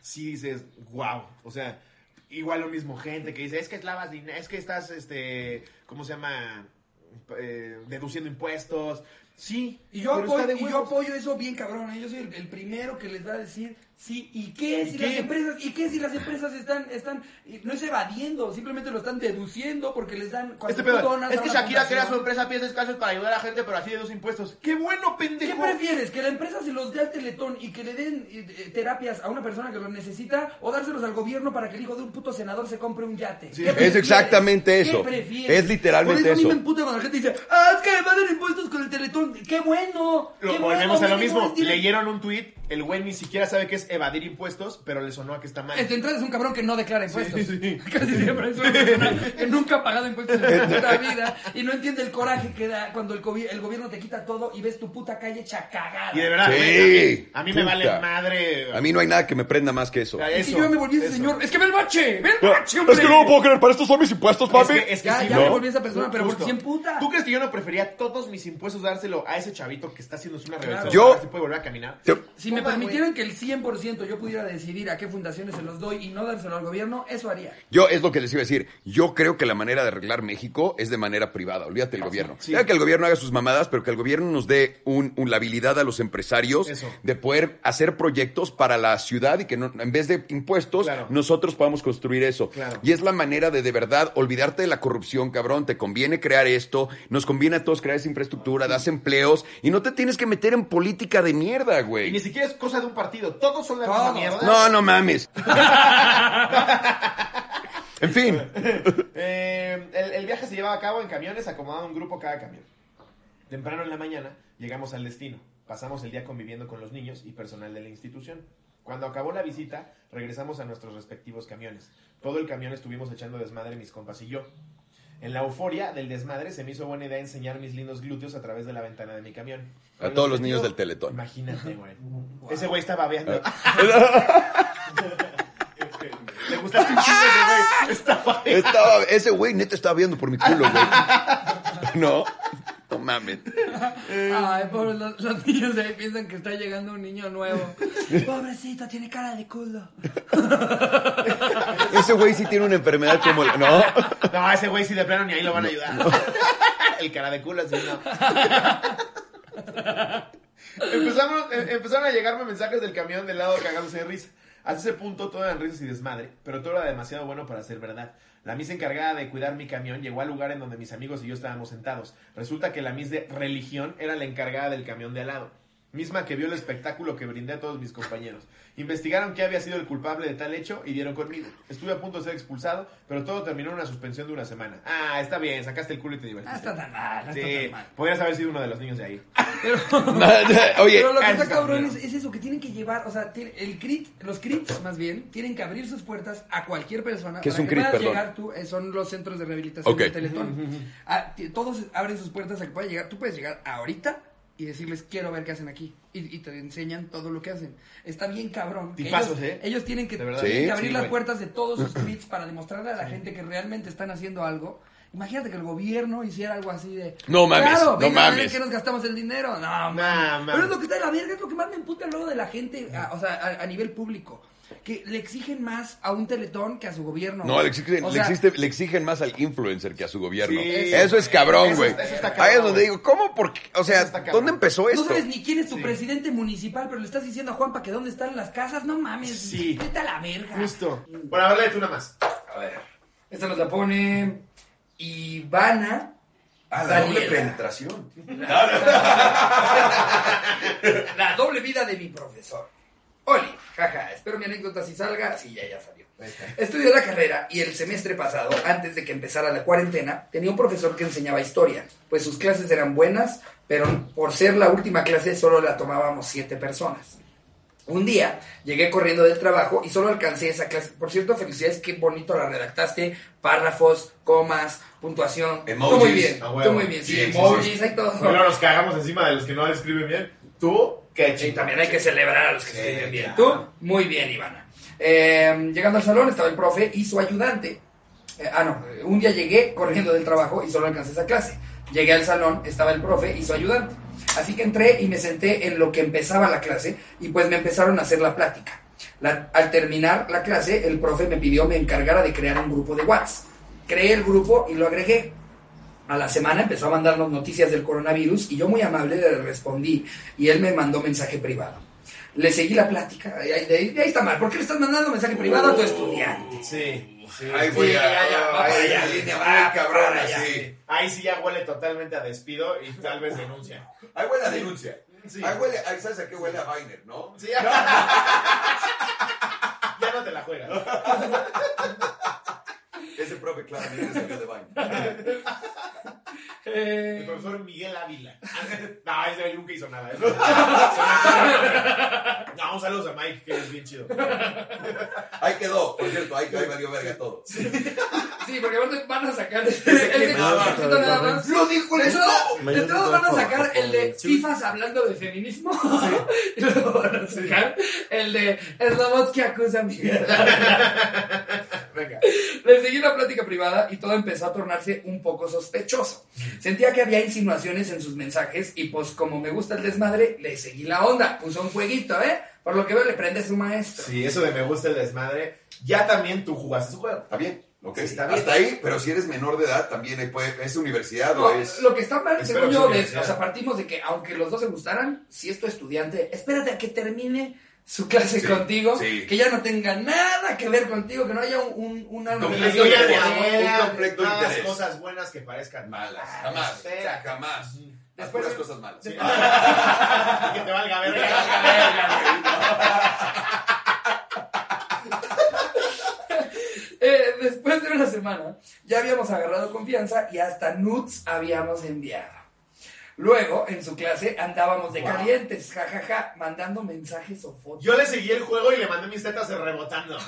sí dices, wow. O sea, igual lo mismo, gente que dice, es que lavas dinero, es que estás, este, ¿cómo se llama? Eh, deduciendo impuestos. Sí. Y yo, pero está apoyo, de y yo huevos. apoyo eso bien cabrón, ¿eh? yo soy el, el primero que les va a decir, sí, ¿y qué si ¿Y qué? las empresas, y qué si las empresas están, están, y no es evadiendo, simplemente lo están deduciendo porque les dan, cuando Este tú pedo, donas es a que una Shakira crea su fundación- empresa a pies descalzos para ayudar a la gente, pero así de dos impuestos. ¡Qué bueno, ¿Qué pendejo! prefieres? ¿Que la empresa se los dé al Teletón y que le den eh, eh, terapias a una persona que los necesita? ¿O dárselos al gobierno para que el hijo de un puto senador se compre un yate? ¿Qué es prefieres? exactamente ¿Qué eso. prefieres? Es literalmente Por eso. a eso. mí me emputa cuando la gente dice, ah, es que evaden impuestos con el Teletón. ¡Qué bueno! Lo ¡Qué volvemos bueno, a lo mínimo mismo. les tienen- Leyeron un tuit, el güey ni siquiera sabe qué es evadir impuestos, pero le sonó a que está mal. Este entrada es un cabrón que no declara impuestos. <laughs> Casi siempre es una persona <laughs> que nunca ha pagado impuestos en su puta vida y no entiende el coraje que da cuando el, gobi- el gobierno te quita todo y ves tu puta calle hecha cagada. Y de verdad, Sí, güey, a mí me puta. vale madre. A mí no hay nada que me prenda más que eso. O sea, Es que eso, yo ya me volví ese eso. señor. Es que ve el bache, ve el No, bache, hombre. es que no lo puedo creer, para estos son mis impuestos, Es papi. que, es que Ya, sí, ya ¿no? me volví esa persona, pero Justo. porque cien puta. ¿Tú crees que yo no prefería todos mis impuestos dárselo a ese chavito que está haciendo una rebelión? Yo- ¿Se puede volver a caminar? Te- Si me me permitieran que el 100% yo pudiera decidir a qué fundaciones se los doy y no dárselo al gobierno, eso haría. Yo es lo que les iba a decir. Yo creo que la manera de arreglar México es de manera privada. Olvídate Ah, del gobierno. Ya que el gobierno haga sus mamadas, pero que el gobierno nos dé un, un- la habilidad a los empresarios Eso. de poder hacer proyectos para la ciudad y que no- en vez de impuestos, Claro. nosotros podamos construir eso. Claro. Y es la manera de de verdad olvidarte de la corrupción, cabrón. Te conviene crear esto, nos conviene a todos crear esa infraestructura, das empleos y no te tienes que meter en política de mierda, Y ni güey. siquiera es cosa de un partido. Todos son la misma Todos. mierda. No, no mames. <laughs> en fin. <laughs> Eh, el, el viaje se llevaba a cabo en camiones, acomodado un grupo cada camión. Temprano en la mañana llegamos al destino. Pasamos el día conviviendo con los niños y personal de la institución. Cuando acabó la visita, regresamos a nuestros respectivos camiones. Todo el camión estuvimos echando desmadre mis compas y yo. En la euforia del desmadre se me hizo buena idea enseñar mis lindos glúteos a través de la ventana de mi camión. A Con todos el los niños objetivo- del Teletón. Imagínate, güey. Ese güey estaba babeando. Ah. <laughs> Le gustaste un chingo ese güey. Está babeando. Estaba, ese güey neta estaba viendo por mi culo, güey. No, no mames. Eh. Ay, pobres, los, los niños de ahí piensan que está llegando un niño nuevo. <laughs> Pobrecito, tiene cara de culo. Ese güey sí tiene una enfermedad como la. No. No, ese güey sí de plano ni ahí lo van a ayudar. El cara de culo, así no. <laughs> Empezamos, em- empezaron a llegarme mensajes del camión del lado cagándose de risa. Hasta ese punto todo eran risas y desmadre, pero todo era demasiado bueno para ser verdad. La misa encargada de cuidar mi camión llegó al lugar en donde mis amigos y yo estábamos sentados. Resulta que la mis de religión era la encargada del camión de al lado, misma que vio el espectáculo que brindé a todos mis compañeros. Investigaron qué había sido el culpable de tal hecho y dieron conmigo. Estuve a punto de ser expulsado, pero todo terminó en una suspensión de una semana. Ah, está bien, sacaste el culo y te No divertiste. Ah, está tan mal, no está Sí, tan mal. Ah, podrías haber sido uno de los niños de ahí. Oye, Pero lo que ah, está está cabrón es, bien. es eso, que tienen que llevar, o sea, tiene- el crit, los crits más bien, tienen que abrir sus puertas a cualquier persona. ¿Qué es para un que crit, puedas perdón? llegar tú, eh, son los centros de rehabilitación Ok. del Teletón. Ah, ti- todos abren sus puertas a que puedas llegar, tú puedes llegar ahorita y decirles, quiero ver qué hacen aquí. Y, y te enseñan todo lo que hacen. Está bien cabrón. que Tipazos, ellos, ¿eh? ellos tienen que, De verdad. tienen Sí, que abrir sí, las güey. puertas de todos <clears throat> sus crits para demostrarle a la gente que realmente están haciendo algo. Imagínate que el gobierno hiciera algo así de... No mames, no ven a ver mames. qué nos gastamos el dinero. No, Nah, mames. mames. Pero es lo que está en la verga, es lo que más me emputa luego de la gente, a- o sea, a, a nivel público. Que le exigen más a un teletón que a su gobierno. no, güey. le exigen, O le sea, existe- le exigen más al influencer que a su gobierno. Sí. eso es cabrón, Eso güey. está- eso está Ahí es cabrón, donde güey. digo, ¿cómo? Porque, o sea, Eso está cabrón. ¿dónde empezó No esto? sabes ni quién es tu Sí. presidente municipal, pero le estás diciendo a Juanpa que dónde están las casas. No mames, Sí. vete a la verga. Justo. Bueno, habla de tú una más. A ver. Esta nos la pone Ivana. Ah, la doble Daniela. penetración. La doble vida de mi profesor. Oli, jaja, espero mi anécdota si salga. Sí, ya, ya salió. Estudié la carrera y el semestre pasado, antes de que empezara la cuarentena, tenía un profesor que enseñaba historia, pues sus clases eran buenas, pero por ser la última clase solo la tomábamos siete personas. Un día llegué corriendo del trabajo y solo alcancé esa clase. Por cierto, felicidades, qué bonito la redactaste. Párrafos, comas, puntuación. Tú Emojis, muy bien, a tú huevo. muy bien. Sí, Sí, sí, sí. emojis, hay todo. Pero luego nos cagamos encima de los que no escriben bien. Tú, qué Y chido. también hay que celebrar a los que Sí, escriben bien. claro. Tú, muy bien, Ivana. Eh, llegando al salón estaba el profe y su ayudante. Eh, ah, no, eh, un día llegué corriendo del trabajo y solo alcancé esa clase. Llegué al salón, estaba el profe y su ayudante. Así que entré y me senté en lo que empezaba la clase y pues me empezaron a hacer la plática. La- al terminar la clase, el profe me pidió me encargara de crear un grupo de WhatsApp. Creé el grupo y lo agregué. A la semana empezó a mandarnos noticias del coronavirus y yo muy amable le respondí y él me mandó mensaje privado. Le seguí la plática, y ahí, de ahí- de ahí está mal, ¿por qué le estás mandando mensaje privado a tu estudiante? Sí, sí. Ahí sí. voy Sí, a. ya, ya, va para ahí, allá, ahí, línea, ahí, va cabrón, para allá. así. Ahí sí ya huele totalmente a despido y tal vez denuncia. Ahí huele a denuncia. Sí. Ahí huele, ahí sabes a qué huele a Biner, ¿no? Sí, <laughs> ya. ya no te la juegas. Ese profe claramente salió de Biner. El profesor Miguel Ávila. No, ese güey nunca hizo <laughs> nada. ¿eh? No, un saludo a Mike, que es bien chido. Ahí quedó, por cierto, ahí, ahí valió verga todo. Sí, porque aparte van a sacar que- Ah, no, nada más. Lo dijo el De Estado. todos, de todos van a sacar el de FIFAs hablando de feminismo. <laughs> y <laughs> luego van a sacar el de el robot que acusa a Miguel. Venga. Les seguí una plática privada y todo empezó a tornarse un poco sospechoso. Sentía que había insinuaciones en sus mensajes y pues como me gusta el desmadre, le seguí la onda. Puso un jueguito, ¿eh? Por lo que veo le prende su maestro. Sí, eso de me gusta el desmadre. Ya también tú jugaste su juego. Está bien. ok. Sí, está bien. Hasta ahí, pero si eres menor de edad, también ahí puede- es universidad No, o es. lo que está mal, Espero según yo, que es, sea. o sea, partimos de que aunque los dos se gustaran, si es tu estudiante, espérate a que termine su clase Sí, contigo, sí. que ya no tenga nada que ver contigo, que no haya un, un, una Conflicto nominación de de interés. amor. <laughs> Un conflicto de Nada más interés. cosas buenas que parezcan Malas. Ah, Jamás. O espera. sea, <laughs> jamás. Las Después- puras cosas malas. Sí. Ah, Y que te valga verga. Eh, después de una semana, ya habíamos agarrado confianza y hasta nudes habíamos enviado. Luego, en su clase, andábamos de Wow. calientes, jajaja, mandando mensajes o fotos. Yo le seguí el juego y le mandé mis tetas rebotando. No,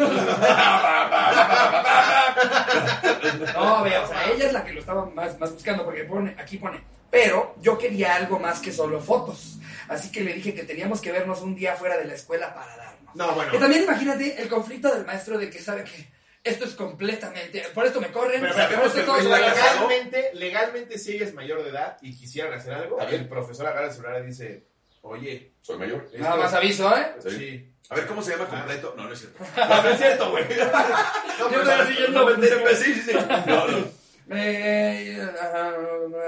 vea, o sea, ella es la que lo estaba más, más buscando, porque pone, aquí pone, pero yo quería algo más que solo fotos. Así que le dije que teníamos que vernos un día fuera de la escuela para darnos. No, bueno. Que también imagínate el conflicto del maestro de que sabe que esto es completamente, por esto me corren, Pero por sabemos esto que todo se va a la casa. legalmente, legalmente, si ella es mayor de edad y quisieran hacer algo, Está bien. el profesor agarra el celular y dice, oye, Soy mayor. Nada más aviso, ¿eh? Sí. sí. A ver, ¿cómo se llama completo? No, no es <laughs> cierto. No, no es cierto, güey. Yo No, pues, me pero la sabes- siguiendo buscando. Sí, sí, sí. No, no. Eh, ajá,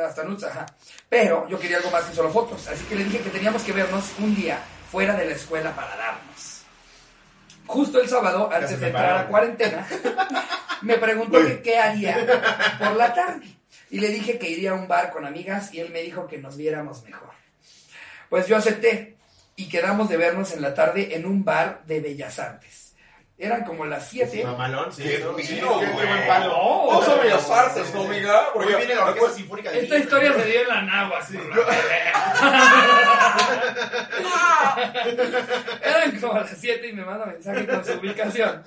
hasta Nuts, ajá. Pero yo quería algo más que solo fotos, así que le dije que teníamos que vernos un día fuera de la escuela para darnos. Justo el sábado, antes se de entrar a pararon. <laughs> cuarentena, me preguntó que qué haría por la tarde. Y le dije que iría a un bar con amigas y él me dijo que nos viéramos mejor. Pues yo acepté y quedamos de vernos en la tarde en un bar de Bellas Artes. Eran como las 7. Mamalón, sí. Qué ¿no? Sí, fino, qué- qué güey. buen palo. No, son bellas artes, Sí, ¿no, sí. amiga? Hoy Porque- viene la Orquesta Sinfónica de Esta México. historia se dio en la nagua, sí. <laughs> Eran como las 7 y me manda mensaje con su ubicación,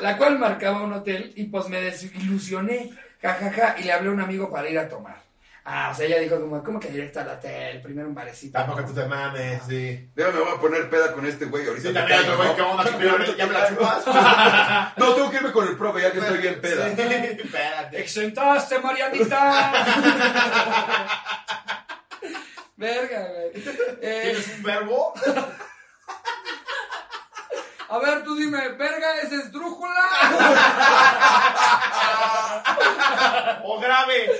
la cual marcaba un hotel y pues me desilusioné, jajaja, y le hablé a un amigo para ir a tomar. Ah, o sea, ella dijo como, ¿cómo que directo al hotel? Primero un barecito. Tampoco tú te mames, sí. Déjame, me voy a poner peda con este güey ahorita. Sí, te también callo, otro güey ¿no? que onda, primero ya me la <laughs> chupas. No, tengo que irme con el profe ya que estoy bien peda. Espérate. ¡Exentaste, Marianita! <laughs> Verga, güey. Eh, ¿Tienes un verbo? A ver, tú dime, verga, es esdrújula. ¿O grave?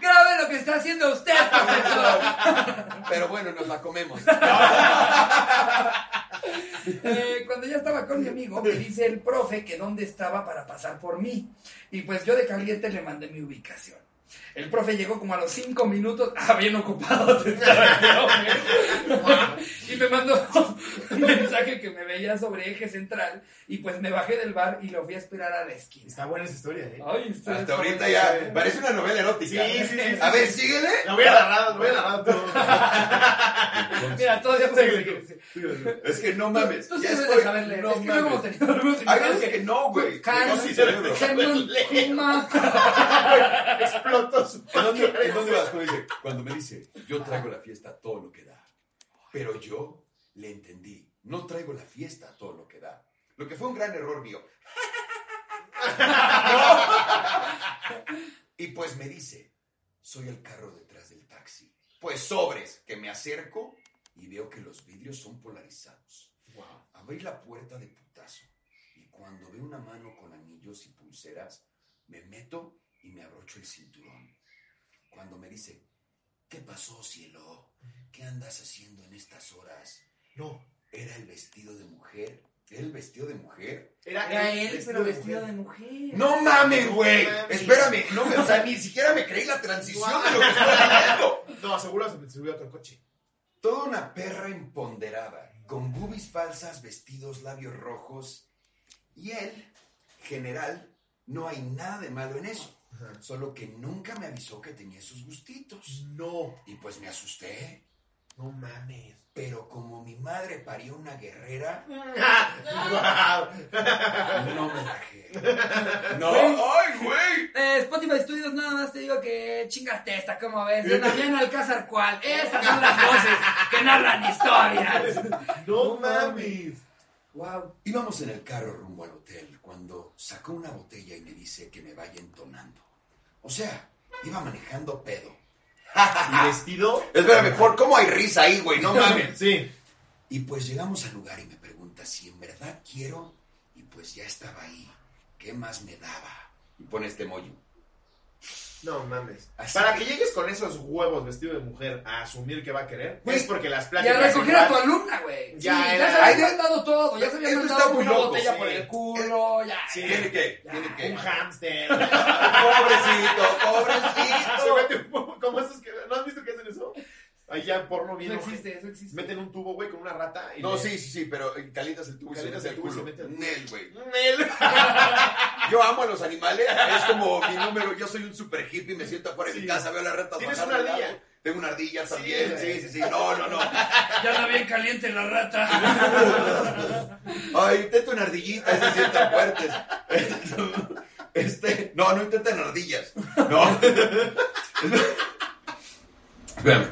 Grabe lo que está haciendo usted, profesor. Pero bueno, nos la comemos. Eh, cuando ya estaba con mi amigo, me dice el profe que dónde estaba para pasar por mí. Y pues yo de caliente le mandé mi ubicación. El profe llegó como a los cinco minutos, ah, bien ocupado. <laughs> estaba yo, güey. y me mandó un mensaje que me veía sobre eje central. Y pues me bajé del bar y lo fui a esperar a la esquina. Está buena esa historia, eh. Ay, ustedes Hasta ahorita saben. ya parece una novela erótica. Sí, sí, sí, A sí. ver, síguele. La voy a narrar, la voy a narrar todo. Mira, todavía puede seguir. Es que no mames. Tú sí ya debes estoy- de saberle. no es que no hemos mames. tenido algunos Hay invitados veces que no, güey. Can- No, sí, cerebro. Canon, Kuma. Explotó su ¿En dónde, en dónde vas? Cuando, dice, cuando me dice, yo traigo la fiesta a todo lo que da. Pero yo le entendí, no traigo la fiesta a todo lo que da. Lo que fue un gran error mío. <laughs> ¿No? Y pues me dice, soy el carro detrás del taxi. Pues sobres, que me acerco y veo que los vidrios son polarizados. Abrí la puerta de putazo y cuando veo una mano con anillos y pulseras, me meto y me abrocho el cinturón. Cuando me dice, ¿qué pasó, cielo? ¿Qué andas haciendo en estas horas? No. ¿Era el vestido de mujer? ¿Era el vestido de mujer? Era él, pero vestido mujer. de mujer. ¡No mames, güey! No mames. Espérame, no me, o sea, ni siquiera me creí la transición de lo que estaba viendo. No, seguro se me subió a otro coche. Toda una perra emponderada, con boobies falsas, vestidos, labios rojos. Y él, general, no hay nada de malo en eso. Solo que nunca me avisó que tenía esos gustitos. No, Y pues me asusté. no mames. Pero como mi madre parió una <laughs> guerrera, Wow. no me bajé. No, Oh. Güey. ay, güey. Eh, Spotify Studios nada más te digo que chingaste esta, ¿cómo ves? Yo también Alcázar cual. Estas son las voces que narran historias. No mames. Wow. Íbamos en el carro rumbo al hotel cuando sacó una botella y me dice que me vaya entonando. O sea, iba manejando pedo. Y vestido. Espérame, ¿por cómo hay risa ahí, güey? No mames. Sí. <laughs> Y pues llegamos al lugar y me pregunta si en verdad quiero. Y pues ya estaba ahí. ¿Qué más me daba? Y pone este mollo. No mames. Así Para que- que llegues con esos huevos vestido de mujer a asumir que va a querer, Güey, es porque las Y a pláticas. recoger a tu igual- alumna, güey. Ya Ya, sí, era- ya se había Ay, mandado todo. Ya se había esto está mandado muy una loco, botella sí. por el culo. Ya. Sí. Tiene que, Ya, tiene que. Un hámster. Pobrecito, Se pobrecito. Ah, mete un poco como esos que. ¿No has visto que hacen eso? Ahí ya porno bien. Eso ojete. existe, eso existe. Meten un tubo, güey, con una rata. Y No, le- sí, sí, sí, pero eh, calientas el tubo y se Calientas el mete el tubo y se culo. mete el- Nel, güey. Nel. Yo amo a los animales, es como mi número, yo soy un super hippie, me siento afuera de Sí. mi casa, veo las ratas Tienes pasar una de lado. ardilla. Tengo una ardilla también, güey. sí, sí, sí, no, no, no. Ya está bien caliente la rata. Ay, intenta una ardillita, se sientan fuertes. Este, no, no intenten ardillas. No. Espérame.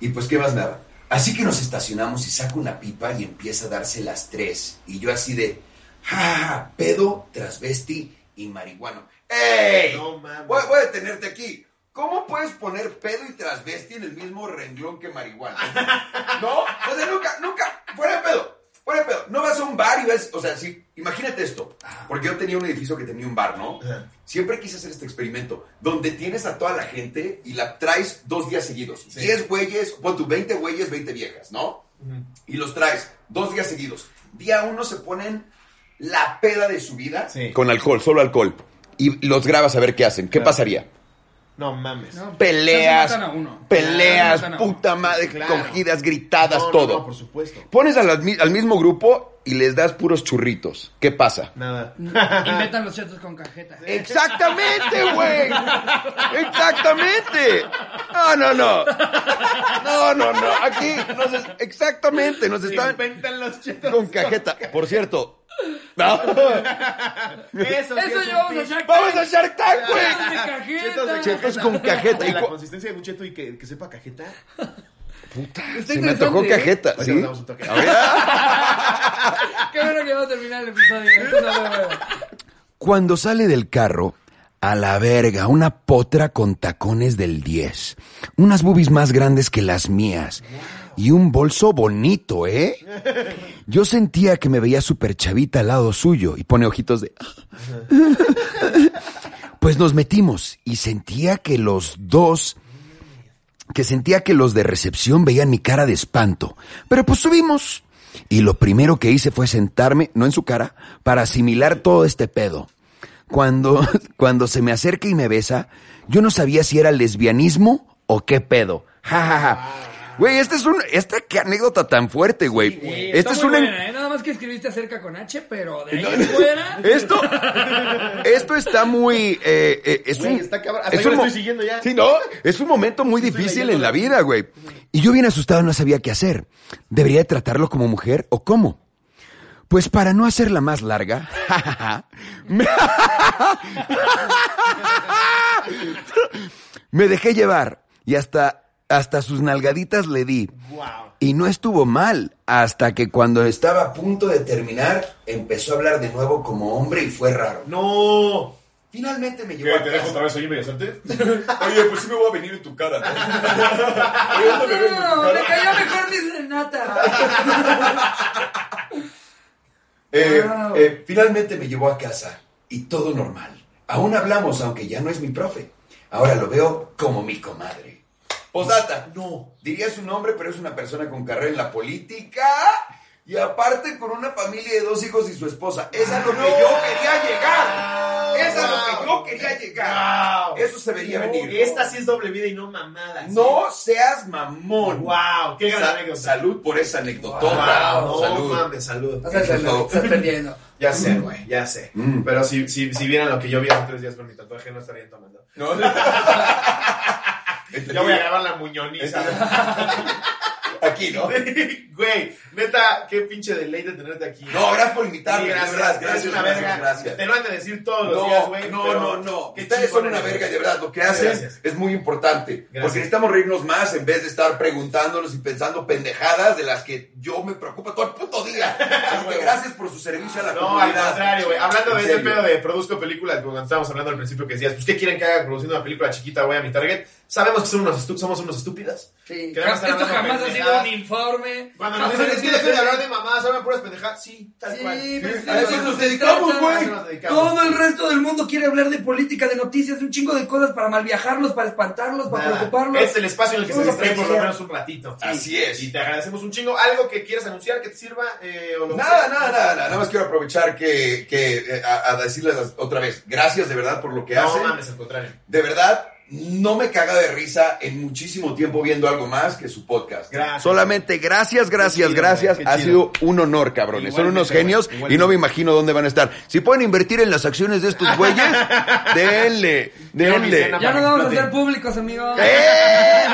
Y pues, ¿qué más nada? Así que nos estacionamos y saca una pipa y empieza a darse las tres. Y yo así de, ja, ja, ja, pedo, transvesti y marihuano. ¡Ey! No mames. Voy, voy a detenerte aquí. ¿Cómo puedes poner pedo y transvesti en el mismo renglón que marihuana? ¿No? O sea, nunca, nunca, fuera de pedo, fuera de pedo. No vas a un bar y ves, o sea, sí, imagínate esto. Porque yo tenía un edificio que tenía un bar, ¿no? Ajá. Siempre quise hacer este experimento, donde tienes a toda la gente y la traes dos días seguidos. Sí. 10 güeyes, pon tu 20 güeyes, 20 viejas, ¿no? Ujú. Y los traes dos días seguidos. Día uno se ponen la peda de su vida. Sí. Con alcohol, solo alcohol. Y los grabas a ver qué hacen. ¿Qué Claro. pasaría? No mames. <laughs> Peleas. No se matan a uno. Peleas, No se matan a uno. puta madre, Claro. cogidas, gritadas, No, no, todo. no, por supuesto. Pones a las mi- al mismo grupo y les das puros churritos. ¿Qué pasa? Nada. Inventan los chetos con cajeta. Exactamente, güey. Exactamente. No, no, no. No, no, no. Aquí nos es- exactamente nos están Inventan los chetos. con cajeta. Por <laughs> cierto. No. Eso, sí Eso es un llevamos a pitch. Shark Vamos a Tank. Shark Tank, <laughs> Chetos güey. de cajeta. Chetos de Chetos con cajeta. Oye, Y la cu- consistencia de un cheto y que, que sepa cajeta. Puta, Está se me interesante, tocó ¿eh? cajeta, Ahorita ¿sí? nos damos un toque. Qué bueno que va a terminar el episodio. Esto no me <laughs> veo. Cuando sale del carro, a la verga, una potra con tacones del 10, unas boobies más grandes que las mías y un bolso bonito, ¿eh? Yo sentía que me veía súper chavita al lado suyo y pone ojitos de... Pues nos metimos y sentía que los dos... que sentía que los de recepción veían mi cara de espanto. Pero pues subimos. Y lo primero que hice fue sentarme, no en su cara, para asimilar todo este pedo. Cuando, <laughs> cuando se me acerca y me besa, yo no sabía si era lesbianismo o qué pedo. <laughs> Ja, ja, ja. Güey, este es un, esta qué anécdota tan fuerte, güey. Sí, Este está es muy un, en- buena, ¿eh? Nada más que escribiste acerca con H, pero de ahí en <laughs> fuera. ah, esto, esto está muy, eh, eh, es Güey, un, está cabrón. Hasta es yo un la mo- estoy siguiendo ya. Sí, no, es un momento muy difícil leyendo en la la- vida, güey. Y yo bien asustado no sabía qué hacer. ¿Debería de tratarlo como mujer o cómo? Pues para no hacerla más larga, <laughs> me- me dejé llevar y hasta, hasta sus nalgaditas le di. Wow. Y no estuvo mal hasta que cuando estaba... Estaba a punto de terminar, empezó a hablar de nuevo como hombre y fue raro. No. Finalmente me ¿Qué? llevó a ¿Te dejo casa. otra vez ahí mediasante? <laughs> Oye, pues sí me voy a venir en tu cara, ¿no? Oye, ¿dónde me vengo en tu No, ¡ah, cara? me cayó mejor Liz <laughs> Renata. Eh, Ah, Wow. eh, finalmente me llevó a casa y todo normal. Aún hablamos, aunque ya no es mi profe. Ahora lo veo como mi comadre. Posata. No. Diría su nombre, pero es una persona con carrera en la política y aparte con una familia de dos hijos y su esposa. Es a lo que yo Ah, quería llegar. Es a lo que yo quería llegar. Wow. Eso se vería venir. Esta sí es doble vida y no mamadas. No seas mamón. Wow, qué gran Sa- anécdota. Salud por esa anécdota. Wow, no salud. mames, salud. O sea, se lo- se está perdiendo. Ya sé, güey, ya sé. Mm. Pero si, si, si vieran lo que yo vi hace tres días con mi tatuaje, no estarían tomando. <laughs> No. <laughs> Ya voy a grabar la muñoniza. Aquí, ¿no? <laughs> Güey, neta, qué pinche deleite tenerte aquí. Este- No, gracias por Sí, invitarme. de verdad, eres Gracias, una gracias, verga. gracias. Te lo han de decir todos los días, No, güey. no, pero no, no. qué Ustedes chingón son una eres. verga, de verdad. Lo que hacen Gracias. es muy importante. Gracias. Porque necesitamos reírnos más en vez de estar preguntándonos y pensando pendejadas de las que yo me preocupa todo el <laughs> puto día. Así que gracias por su servicio a la Ah, No, al comunidad. contrario, güey. Hablando En de ese serio. pedo de produzco películas, como cuando estábamos hablando al principio que decías, pues, ¿qué quieren que haga produciendo una película chiquita, güey, a mi target? Sabemos que son unos estu- somos unos estúpidos. Sí. Que vamos a estar Esto hablando jamás ha sido pendejadas. un informe. Cuando jamás nos dicen, ha es que sido- dejen de hablar de mamás, hablan puras pendejadas. Sí, tal cual. Sí, pero es que A de eso eso nos se dedicamos, trata. güey. Nos dedicamos. Todo el resto del mundo quiere hablar de política, de noticias, de un chingo de cosas para malviajarlos, para espantarlos, para Nada. preocuparlos. Es el espacio en el que se Vamos a distrae por lo pendejear. menos un ratito. Así es. Y te agradecemos un chingo. ¿Algo que quieras anunciar que te sirva? Eh, o lo que Nada, sea? nada, nada, nada. Nada más quiero aprovechar que, que eh, a, a decirles las- otra vez, gracias de verdad por lo que No hacen. mames, al contrario. De verdad, no me caga de risa en muchísimo tiempo viendo algo más que su podcast. Gracias. Solamente gracias, gracias, Qué chido, gracias. güey, qué Ha chido. sido un honor, cabrones. Son Igualmente, unos güey, genios y igualmente. no me imagino dónde van a estar. Si pueden invertir en las acciones de <laughs> estos güeyes, denle, denle. cena. Ya nos vamos a hacer públicos, amigos. ¡Eh!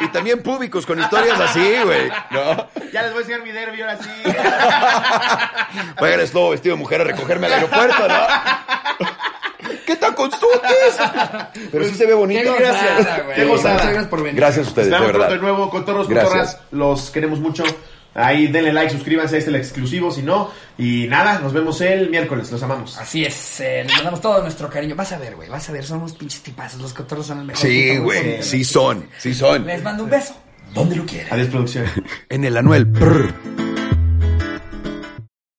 Y también públicos con historias así, güey. ¿No? Ya les voy a enseñar mi derby ahora sí. <laughs> Va a llegar Slobo vestido de mujer a recogerme al aeropuerto, ¿no? ¿Qué tan constantes? Pero sí se ve bonito. gozada, güey. Qué gozada. Muchas gracias por venir. Gracias a ustedes, de Estamos verdad. pronto de nuevo, cotorros, Gracias. cotorras. Los queremos mucho. Ahí denle like, suscríbanse, ahí está el exclusivo, si no. Y nada, nos vemos el miércoles, los amamos. Así es, eh, le mandamos todo nuestro cariño. Vas a ver, güey, vas a ver, somos pinches tipazos, los cotorros son el mejor. Sí, puto güey. mundo. Sí son, sí son. Les mando un beso, donde lo quieran. Adiós, producción. En el Anuel. Brr.